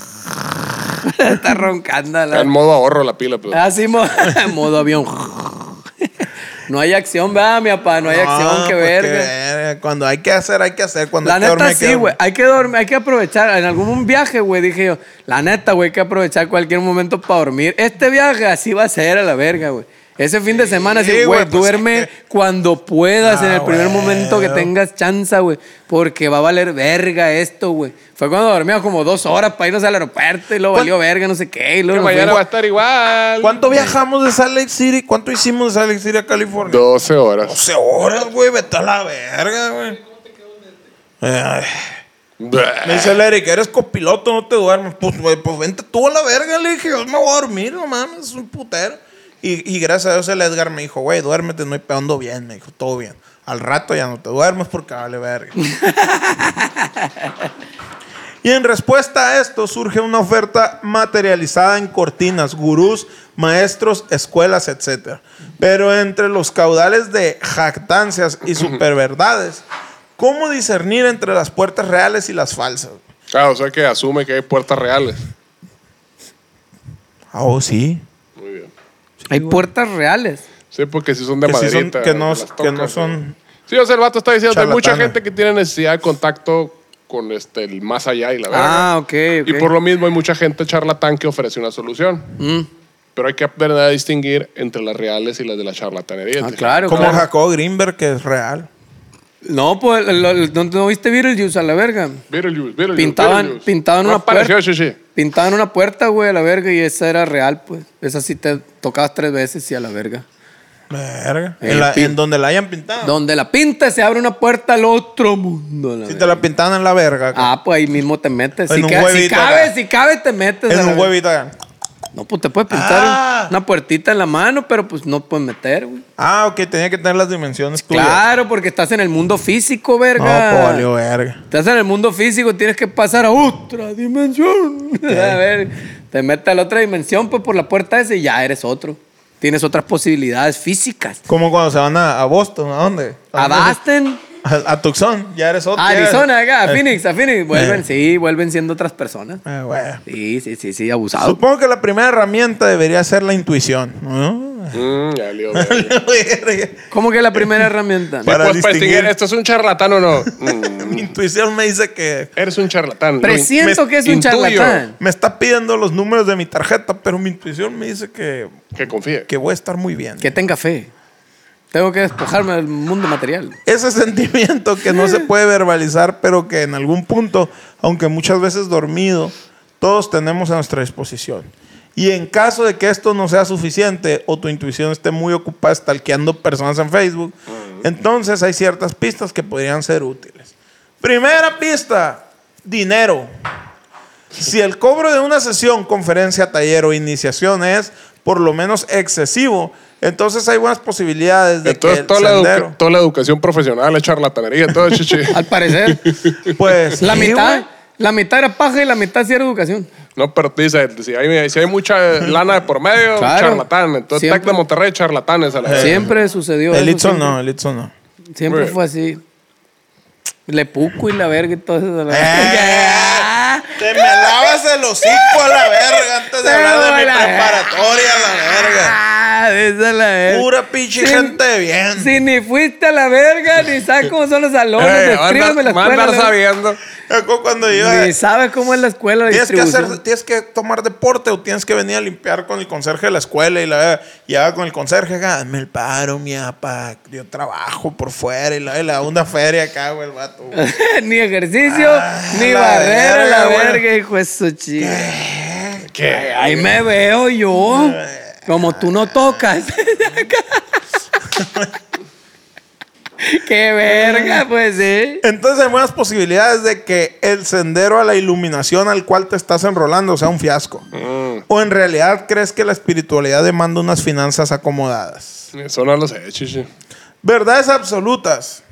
[SPEAKER 2] Está roncando
[SPEAKER 3] Está en
[SPEAKER 2] la
[SPEAKER 3] modo ahorro la pila, pues. pero.
[SPEAKER 2] Así mo- modo avión. No hay acción, va, mi papá, no hay acción,
[SPEAKER 1] No,
[SPEAKER 2] qué
[SPEAKER 1] pues, qué
[SPEAKER 2] verga.
[SPEAKER 1] verga. Cuando hay que hacer, hay que hacer. Cuando
[SPEAKER 2] La
[SPEAKER 1] hay que dormir,
[SPEAKER 2] neta
[SPEAKER 1] hay que
[SPEAKER 2] sí, güey.
[SPEAKER 1] dormir.
[SPEAKER 2] Hay que dormir, hay que aprovechar. En algún viaje, güey, dije yo. La neta, güey, hay que aprovechar cualquier momento para dormir. Este viaje así va a ser a la verga, güey. Ese fin de semana, sí,
[SPEAKER 1] Sí,
[SPEAKER 2] güey,
[SPEAKER 1] güey, pues,
[SPEAKER 2] duerme
[SPEAKER 1] es que-
[SPEAKER 2] cuando puedas, en
[SPEAKER 1] Ah,
[SPEAKER 2] el primer
[SPEAKER 1] güey.
[SPEAKER 2] momento que tengas chance, güey. Porque va a valer verga esto, güey. Fue cuando dormíamos como dos horas para irnos al aeropuerto y luego
[SPEAKER 1] ¿Cuán-
[SPEAKER 2] valió verga, no sé qué. Y luego
[SPEAKER 3] Que
[SPEAKER 2] nos
[SPEAKER 3] mañana
[SPEAKER 2] fuimos-
[SPEAKER 3] va a estar igual.
[SPEAKER 1] ¿Cuánto viajamos de Salt Lake City? ¿Cuánto hicimos de Salt Lake City a California?
[SPEAKER 3] 12 horas.
[SPEAKER 1] 12 horas, güey. Vete a la verga, güey. Eh, Ay. Me dice el Eric, eres copiloto, no te duermes. Pues, güey, pues vente tú a la verga, le dije, yo me voy a dormir, no mames, es un putero. Y, y gracias a Dios el Edgar me dijo, güey, duérmete, no hay pedo, ando bien, me dijo, todo bien. Al rato ya no te duermes porque vale verga. y en respuesta a esto surge una oferta materializada en cortinas, gurús, maestros, escuelas, etc. Pero entre los caudales de jactancias y superverdades, ¿cómo discernir entre las puertas reales y las falsas?
[SPEAKER 3] Claro, Ah, o sea que asume que hay puertas reales.
[SPEAKER 1] Ah, oh, sí.
[SPEAKER 3] Muy bien.
[SPEAKER 2] Hay puertas reales.
[SPEAKER 3] Sí, porque si son de
[SPEAKER 1] Que sí son-
[SPEAKER 3] maderita.
[SPEAKER 1] que no-
[SPEAKER 3] te las
[SPEAKER 1] que no
[SPEAKER 3] tocas,
[SPEAKER 1] son-
[SPEAKER 3] güey. Sí, o sea, el vato está diciendo, hay mucha
[SPEAKER 1] Charlatana.
[SPEAKER 3] gente que tiene necesidad de contacto con este, el más allá y la verdad.
[SPEAKER 2] Ah, ok, ok.
[SPEAKER 3] Y por lo mismo hay mucha gente charlatán que ofrece una solución.
[SPEAKER 2] Mm.
[SPEAKER 3] Pero hay que aprender a distinguir entre las reales y las de la charlatanería.
[SPEAKER 2] Ah,
[SPEAKER 3] Te-
[SPEAKER 2] claro,
[SPEAKER 1] Como
[SPEAKER 2] claro.
[SPEAKER 1] Jacob Greenberg, que es real.
[SPEAKER 2] No, pues, lo- lo- ¿no, no viste Beetlejuice a la verga?
[SPEAKER 3] Beetlejuice, Beetlejuice,
[SPEAKER 2] Pintaban,
[SPEAKER 3] Beetlejuice.
[SPEAKER 2] pintaban
[SPEAKER 3] No
[SPEAKER 2] una
[SPEAKER 3] apareció,
[SPEAKER 2] puerta.
[SPEAKER 3] Shishi.
[SPEAKER 2] Pintaban una puerta, güey, a la verga, y esa era real, pues. Esa sí te tocabas tres veces y a la verga.
[SPEAKER 1] Verga.
[SPEAKER 2] Eh,
[SPEAKER 1] en, la-
[SPEAKER 2] pin-
[SPEAKER 1] en donde la hayan pintado.
[SPEAKER 2] Donde la pinta se abre una puerta al otro mundo. a la
[SPEAKER 1] Si te
[SPEAKER 2] verga.
[SPEAKER 1] la pintaban en la verga.
[SPEAKER 2] Ah, pues ahí mismo te metes.
[SPEAKER 1] En
[SPEAKER 2] Si,
[SPEAKER 1] un
[SPEAKER 2] ca- si
[SPEAKER 1] huevito,
[SPEAKER 2] cabe,
[SPEAKER 1] acá.
[SPEAKER 2] si cabe, te metes. a
[SPEAKER 1] en
[SPEAKER 2] la
[SPEAKER 1] un
[SPEAKER 2] verga.
[SPEAKER 1] huevito. acá.
[SPEAKER 2] No, pues te puedes pintar
[SPEAKER 1] Ah.
[SPEAKER 2] una puertita en la mano, pero pues no puedes meter, güey.
[SPEAKER 1] Ah, ok, tenía que tener las dimensiones tuyas.
[SPEAKER 2] Claro, porque estás en el mundo físico,
[SPEAKER 1] No,
[SPEAKER 2] verga.
[SPEAKER 1] pues valió verga.
[SPEAKER 2] Estás en el mundo físico, tienes que pasar a otra dimensión. A ver, te metes a la otra dimensión, pues por la puerta esa y ya eres otro. Tienes otras posibilidades físicas.
[SPEAKER 1] Como cuando se van a, a Boston, ¿a dónde?
[SPEAKER 2] A
[SPEAKER 1] dónde?
[SPEAKER 2] Boston,
[SPEAKER 1] A, a Tucson, ya eres otro.
[SPEAKER 2] a
[SPEAKER 1] ya eres-
[SPEAKER 2] Arizona, acá, a
[SPEAKER 1] Eh,
[SPEAKER 2] Phoenix, a Phoenix. Vuelven, sí, vuelven siendo otras personas.
[SPEAKER 1] eh, güey.
[SPEAKER 2] Sí, sí, sí, sí, abusado.
[SPEAKER 1] Supongo que la primera herramienta debería ser la intuición. ¿no?
[SPEAKER 3] Mm, ya lió, verga.
[SPEAKER 1] Verga.
[SPEAKER 2] ¿Cómo que la primera herramienta?
[SPEAKER 1] Pa- Para
[SPEAKER 3] Pues, pues,
[SPEAKER 1] distinguir.
[SPEAKER 3] ¿Esto es un charlatán o no? Mm,
[SPEAKER 1] Mi intuición me dice que
[SPEAKER 3] eres un charlatán. Lo in-
[SPEAKER 2] Presiento
[SPEAKER 3] me-
[SPEAKER 2] que es un
[SPEAKER 3] intuyo
[SPEAKER 2] charlatán.
[SPEAKER 1] me está pidiendo los números de mi tarjeta, pero mi intuición me dice que,
[SPEAKER 3] Que confíe.
[SPEAKER 1] que voy a estar muy bien.
[SPEAKER 2] Que tenga fe. Tengo que despojarme del mundo material.
[SPEAKER 1] ese sentimiento que no se puede verbalizar, pero que en algún punto, aunque muchas veces dormido, todos tenemos a nuestra disposición. Y en caso de que esto no sea suficiente o tu intuición esté muy ocupada stalkeando personas en Facebook, Entonces hay ciertas pistas que podrían ser útiles. Primera pista, dinero. Si el cobro de una sesión, conferencia, taller o iniciación es por lo menos excesivo, entonces hay buenas posibilidades de
[SPEAKER 3] Entonces,
[SPEAKER 1] que
[SPEAKER 3] toda
[SPEAKER 1] el
[SPEAKER 3] la,
[SPEAKER 1] sendero,
[SPEAKER 3] educa- toda la educación profesional es charlatanería, todo chichi.
[SPEAKER 2] Al parecer.
[SPEAKER 1] pues
[SPEAKER 2] La
[SPEAKER 1] sí,
[SPEAKER 2] mitad,
[SPEAKER 1] güey.
[SPEAKER 2] la mitad era paja y la mitad sí era educación.
[SPEAKER 3] No, pero tú dices, si hay, si hay mucha lana de por medio,
[SPEAKER 2] Claro.
[SPEAKER 3] charlatán. Entonces,
[SPEAKER 2] Siempre.
[SPEAKER 3] Tec de Monterrey, charlatanes a la vez.
[SPEAKER 2] Siempre sucedió
[SPEAKER 1] Eh. el
[SPEAKER 2] eso,
[SPEAKER 1] Itzo
[SPEAKER 2] siempre.
[SPEAKER 1] no, el Itzo no.
[SPEAKER 2] Siempre
[SPEAKER 3] Güey.
[SPEAKER 2] fue así. Le puco y la verga y todo eso.
[SPEAKER 1] Eh,
[SPEAKER 2] Ya.
[SPEAKER 1] Te me lavas el hocico a la verga antes de
[SPEAKER 2] Pero
[SPEAKER 1] hablar de mi
[SPEAKER 2] la-
[SPEAKER 1] preparatoria a la verga.
[SPEAKER 2] Ah, esa es la verga.
[SPEAKER 1] Pura pinche
[SPEAKER 2] Sin-
[SPEAKER 1] gente de bien.
[SPEAKER 2] Si ni fuiste a la verga, ni sabes cómo son los salones,
[SPEAKER 3] Eh, va a andar-
[SPEAKER 2] escríbeme la
[SPEAKER 3] va a
[SPEAKER 2] escuela.
[SPEAKER 3] andar
[SPEAKER 2] la verga.
[SPEAKER 3] sabiendo.
[SPEAKER 1] Me acuerdo Cuando yo
[SPEAKER 2] Ni sabes cómo es la escuela, la
[SPEAKER 1] eh. tienes que hacer,
[SPEAKER 2] distribución.
[SPEAKER 1] tienes que tomar deporte o tienes que venir a limpiar con el conserje de la escuela y la verga. llegaba con el conserje, hágame el paro, mi apa, yo trabajo por fuera y la, y la una feria acá, güey, el vato. güey.
[SPEAKER 2] ni ejercicio,
[SPEAKER 1] Ah,
[SPEAKER 2] ni
[SPEAKER 1] la
[SPEAKER 2] barrera, la
[SPEAKER 1] verga,
[SPEAKER 2] verga,
[SPEAKER 1] bueno.
[SPEAKER 2] hijo de su chica.
[SPEAKER 3] ¿Qué?
[SPEAKER 2] Ahí me veo yo.
[SPEAKER 1] Eh.
[SPEAKER 2] Como tú no tocas. Qué verga, pues, ¿eh?
[SPEAKER 1] Entonces hay buenas posibilidades de que el sendero a la iluminación al cual te estás enrolando sea un fiasco. O en realidad crees que la espiritualidad demanda unas finanzas acomodadas.
[SPEAKER 3] Eso no lo sé, chichi.
[SPEAKER 1] Verdades absolutas.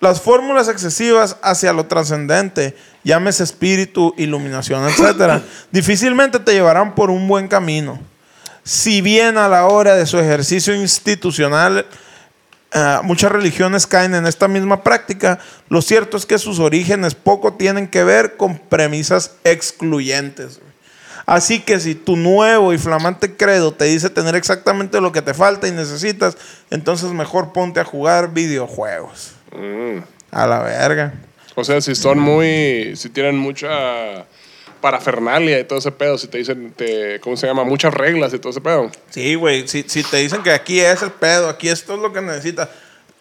[SPEAKER 1] Las fórmulas excesivas hacia lo trascendente, llámese espíritu, iluminación, etc., difícilmente te llevarán por un buen camino. Si bien a la hora de su ejercicio institucional ah, muchas religiones caen en esta misma práctica, lo cierto es que sus orígenes poco tienen que ver con premisas excluyentes. güey. Así que si tu nuevo y flamante credo te dice tener exactamente lo que te falta y necesitas, entonces mejor ponte a jugar videojuegos.
[SPEAKER 3] Mm.
[SPEAKER 1] A la verga.
[SPEAKER 3] O sea, si son muy. Si tienen mucha parafernalia y todo ese pedo, si te dicen, te, ¿cómo se llama? Muchas reglas y todo ese pedo.
[SPEAKER 1] Sí, güey, si, si te dicen que aquí es el pedo, aquí esto es lo que necesitas.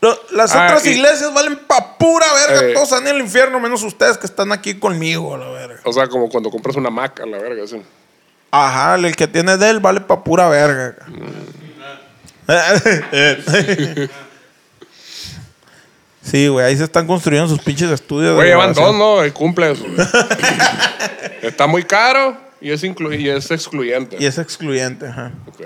[SPEAKER 1] Lo- las
[SPEAKER 3] Ah,
[SPEAKER 1] otras
[SPEAKER 3] y-
[SPEAKER 1] iglesias valen pa' pura verga,
[SPEAKER 3] Eh.
[SPEAKER 1] todos están en el infierno, menos ustedes que están aquí conmigo, a la verga.
[SPEAKER 3] O sea, como cuando compras una Mac a la verga, así.
[SPEAKER 1] Ajá, el que tiene de él vale pa' pura verga. sí, güey, ahí se están construyendo sus pinches estudios. de
[SPEAKER 3] Güey, llevan dos,
[SPEAKER 1] grabación.
[SPEAKER 3] ¿no? El cumple eso. güey. Está muy caro y es, inclu- y es excluyente.
[SPEAKER 1] Y es excluyente, ajá.
[SPEAKER 3] Ok.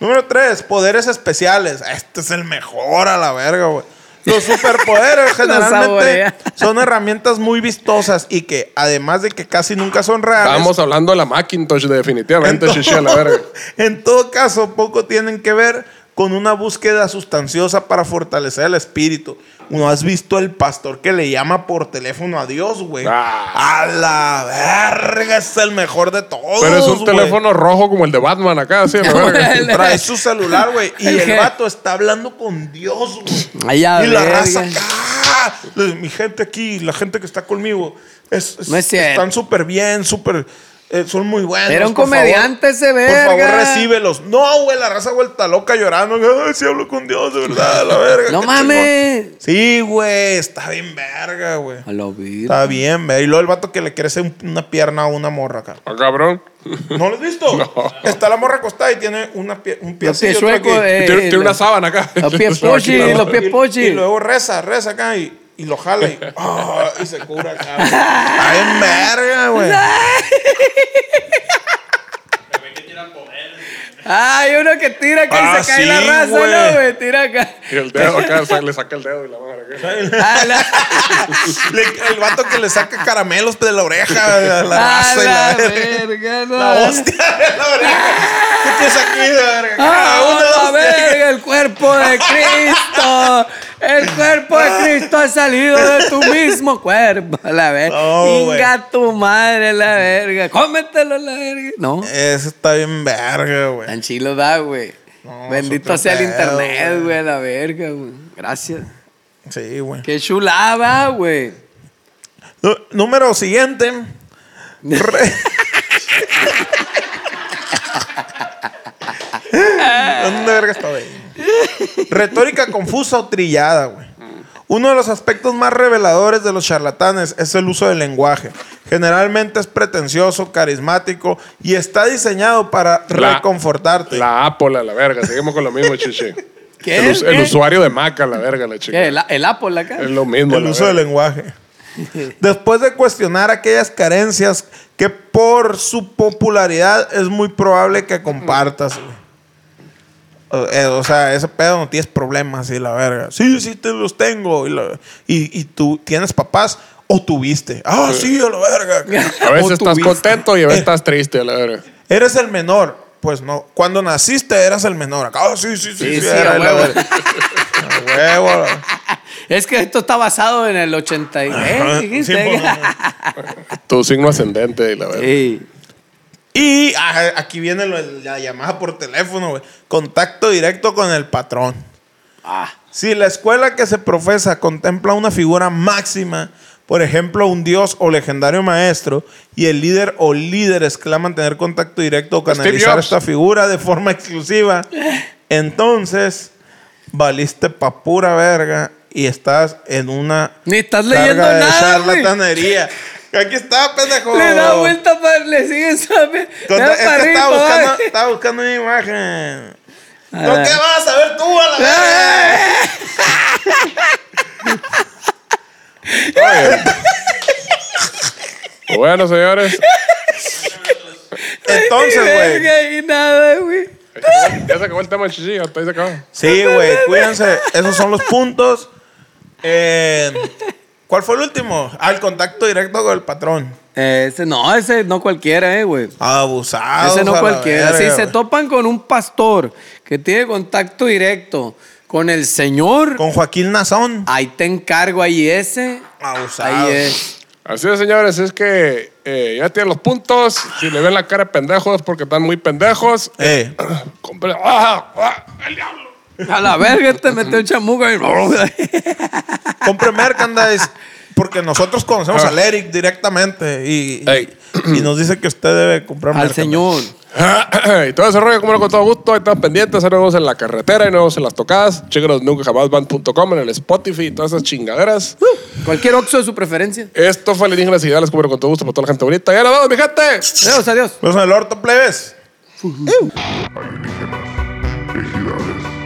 [SPEAKER 1] Número tres, poderes especiales. Este es el mejor a la verga, güey. Los superpoderes generalmente
[SPEAKER 2] saborea.
[SPEAKER 1] son herramientas muy vistosas y que, además de que casi nunca son reales,
[SPEAKER 3] Estábamos hablando de la Macintosh, de definitivamente, chichi, a la verga.
[SPEAKER 1] en todo caso, poco tienen que ver con una búsqueda sustanciosa para fortalecer el espíritu. ¿No has visto el pastor que le llama por teléfono a Dios, güey?
[SPEAKER 3] Ah.
[SPEAKER 1] A la verga, es el mejor de todos.
[SPEAKER 3] Pero es un
[SPEAKER 1] güey.
[SPEAKER 3] teléfono rojo como el de Batman acá, así, a la verga.
[SPEAKER 1] Trae su celular, güey. Y
[SPEAKER 2] El
[SPEAKER 1] el
[SPEAKER 2] je-
[SPEAKER 1] vato está hablando con Dios, güey.
[SPEAKER 2] Ay, a
[SPEAKER 1] Y la
[SPEAKER 2] verga.
[SPEAKER 1] raza acá. Le- Mi gente aquí, la gente que está conmigo. es- es-
[SPEAKER 2] No es cierto.
[SPEAKER 1] están súper bien, súper. eh, son muy buenos.
[SPEAKER 2] Era un
[SPEAKER 1] por favor.
[SPEAKER 2] comediante ese
[SPEAKER 1] Por favor,
[SPEAKER 2] verga.
[SPEAKER 1] recíbelos. No, güey, la raza vuelta loca llorando. Ay, sí hablo con Dios, de verdad, la verga.
[SPEAKER 2] No
[SPEAKER 1] qué
[SPEAKER 2] mames.
[SPEAKER 1] chingón. Sí, güey, está bien verga, güey.
[SPEAKER 2] A lo vir.
[SPEAKER 1] Está bien, güey. Y luego el vato que le crece un- una pierna a una morra acá.
[SPEAKER 3] Ah, cabrón.
[SPEAKER 1] ¿No lo has visto? Está la morra acostada y tiene una pie- un
[SPEAKER 2] Los
[SPEAKER 1] piecillo
[SPEAKER 2] pies
[SPEAKER 1] otro
[SPEAKER 2] chuecos.
[SPEAKER 1] aquí.
[SPEAKER 2] eh,
[SPEAKER 3] tiene, tiene
[SPEAKER 2] la-
[SPEAKER 3] una sábana acá.
[SPEAKER 2] Los pies
[SPEAKER 3] Aquí,
[SPEAKER 2] pochi,
[SPEAKER 3] la
[SPEAKER 2] los pies
[SPEAKER 1] Y-
[SPEAKER 2] pochi.
[SPEAKER 1] Y, luego reza, reza acá y, y lo jala y, ah, y se cura acá. güey. Está bien verga, güey.
[SPEAKER 2] Ay, uno que tira que ahí
[SPEAKER 1] Ah,
[SPEAKER 2] se cae
[SPEAKER 1] sí,
[SPEAKER 2] la raza,
[SPEAKER 1] güey.
[SPEAKER 2] ¿no, güey? Tira acá.
[SPEAKER 3] Y el dedo acá, sa- le saca el dedo y la madre. acá.
[SPEAKER 2] A la,
[SPEAKER 1] Le- el vato que le saca caramelos de la oreja a la
[SPEAKER 2] a
[SPEAKER 1] raza y
[SPEAKER 2] la
[SPEAKER 1] la verga.
[SPEAKER 2] verga, no.
[SPEAKER 1] La hostia de la oreja. ¿Qué tienes aquí, de verga?
[SPEAKER 2] Ah,
[SPEAKER 1] Cada uno,
[SPEAKER 2] la
[SPEAKER 1] dos, tres.
[SPEAKER 2] verga, el cuerpo de Cristo. El cuerpo de Cristo ha salido de tu mismo cuerpo, a la verga.
[SPEAKER 1] No, güey.
[SPEAKER 2] Inga tu madre, la verga. Cómetelo, la verga. No,
[SPEAKER 1] Eso está bien verga, güey.
[SPEAKER 2] tan chilo da, güey.
[SPEAKER 1] No,
[SPEAKER 2] Bendito
[SPEAKER 1] es otro
[SPEAKER 2] sea el
[SPEAKER 1] pedo,
[SPEAKER 2] internet,
[SPEAKER 1] güey.
[SPEAKER 2] güey, a la verga, güey. Gracias.
[SPEAKER 1] Sí, güey.
[SPEAKER 2] Qué chulada, güey.
[SPEAKER 1] Nú- Número siguiente. Re- ¿Dónde verga está, güey? Retórica confusa o trillada, güey. Uno de los aspectos más reveladores de los charlatanes es el uso del lenguaje. Generalmente es pretencioso, carismático y está diseñado para
[SPEAKER 3] La-
[SPEAKER 1] reconfortarte.
[SPEAKER 3] La Apple a la verga. Seguimos con lo mismo, chichi.
[SPEAKER 2] ¿Qué?
[SPEAKER 3] El, us- el
[SPEAKER 2] ¿Qué?
[SPEAKER 3] usuario de Mac a la verga, la chica.
[SPEAKER 2] ¿Qué? ¿El, el Apple acá?
[SPEAKER 3] Es lo mismo.
[SPEAKER 1] El
[SPEAKER 3] la
[SPEAKER 1] uso del
[SPEAKER 3] verga.
[SPEAKER 1] lenguaje. Después de cuestionar aquellas carencias que por su popularidad es muy probable que compartas. güey. O, eh, o sea, ese pedo no tienes problemas y la verga. Sí, sí, te los tengo. Y, la- y- y tú tienes papás o tuviste. Ah, sí, a la verga.
[SPEAKER 3] A veces
[SPEAKER 2] ¿O
[SPEAKER 3] estás
[SPEAKER 2] tuviste?
[SPEAKER 3] contento y a
[SPEAKER 1] Eh.
[SPEAKER 3] veces estás triste, a la verga.
[SPEAKER 1] Eres el menor. Pues no. Cuando naciste eras el menor. Ah, sí, sí, sí.
[SPEAKER 2] Sí, sí,
[SPEAKER 1] era
[SPEAKER 2] a
[SPEAKER 1] la
[SPEAKER 2] huevo. Eh,
[SPEAKER 1] verga. A huevo, la-
[SPEAKER 2] Es que esto está basado en el 80 y- ¿eh?
[SPEAKER 1] Ajá,
[SPEAKER 2] Dijiste.
[SPEAKER 1] sí,
[SPEAKER 3] Tu signo ascendente y la
[SPEAKER 1] Eh.
[SPEAKER 3] verga.
[SPEAKER 2] Sí.
[SPEAKER 1] Y ah, aquí viene lo de la llamada por teléfono, güey. Contacto directo con el patrón.
[SPEAKER 2] Ah,
[SPEAKER 1] Si la escuela que se profesa contempla una figura máxima, por ejemplo, un dios o legendario maestro, y el líder o líderes claman tener contacto directo o
[SPEAKER 3] Steve
[SPEAKER 1] canalizar
[SPEAKER 3] Jobs.
[SPEAKER 1] esta figura de forma exclusiva, entonces valiste pa' pura verga y estás en una
[SPEAKER 2] Ni estás
[SPEAKER 1] carga
[SPEAKER 2] leyendo
[SPEAKER 1] de
[SPEAKER 2] nada, güey.
[SPEAKER 1] charlatanería. Aquí está, pendejo.
[SPEAKER 2] Le da vuelta para. Le sigue suave. Le
[SPEAKER 1] Conta-
[SPEAKER 2] da
[SPEAKER 1] Oh. es que
[SPEAKER 2] para arriba,
[SPEAKER 1] estaba
[SPEAKER 2] para
[SPEAKER 1] buscando,
[SPEAKER 2] abajo.
[SPEAKER 1] estaba buscando una imagen.
[SPEAKER 2] Ah.
[SPEAKER 1] ¿No qué vas a ver tú a la verga?
[SPEAKER 3] Bueno, señores.
[SPEAKER 1] Entonces, güey.
[SPEAKER 2] Verga, y nada, güey.
[SPEAKER 3] Ya se acabó el tema del chichi, hasta ahí se acabó.
[SPEAKER 1] Sí, güey, cuídense. Esos son los puntos. Eh, ¿Cuál fue el último? Al contacto directo con el patrón.
[SPEAKER 2] Ese no, ese no cualquiera, eh, güey.
[SPEAKER 1] Abusado.
[SPEAKER 2] Ese no cualquiera. Si se topan con un pastor que tiene contacto directo con el Señor,
[SPEAKER 1] Con Joaquín Nazón.
[SPEAKER 2] ahí te encargo, ahí ese.
[SPEAKER 1] Abusado.
[SPEAKER 2] Ahí es.
[SPEAKER 3] Así es, señores, es que eh, ya tienen los puntos. Si le ven la cara de pendejos es porque están muy pendejos.
[SPEAKER 1] Eh,
[SPEAKER 3] Compre- ¡Ah! ¡Ah! ¡El diablo!
[SPEAKER 2] A la verga te metió un chamuco ahí.
[SPEAKER 1] compre merchandise. Porque nosotros conocemos al Eric directamente y, y-
[SPEAKER 3] Ey.
[SPEAKER 1] y nos dice que usted debe comprar
[SPEAKER 2] Al
[SPEAKER 1] merchandise.
[SPEAKER 2] Señor.
[SPEAKER 3] y todo ese rollo, como no, con todo gusto, ahí están pendientes, ahí nos vemos en la carretera y nos vemos en las tocadas. Chequenos nunca jamás van.com en el Spotify y todas esas chingaderas.
[SPEAKER 2] Cualquier oxo de su preferencia.
[SPEAKER 3] Esto fue Alienígenas y Ideales, como no, con todo gusto, para toda la gente bonita. ¡Ya nos vamos, mi gente!
[SPEAKER 2] Adiós, adiós.
[SPEAKER 1] Pues en el orto, plebes.
[SPEAKER 5] alienígenas, ejidales.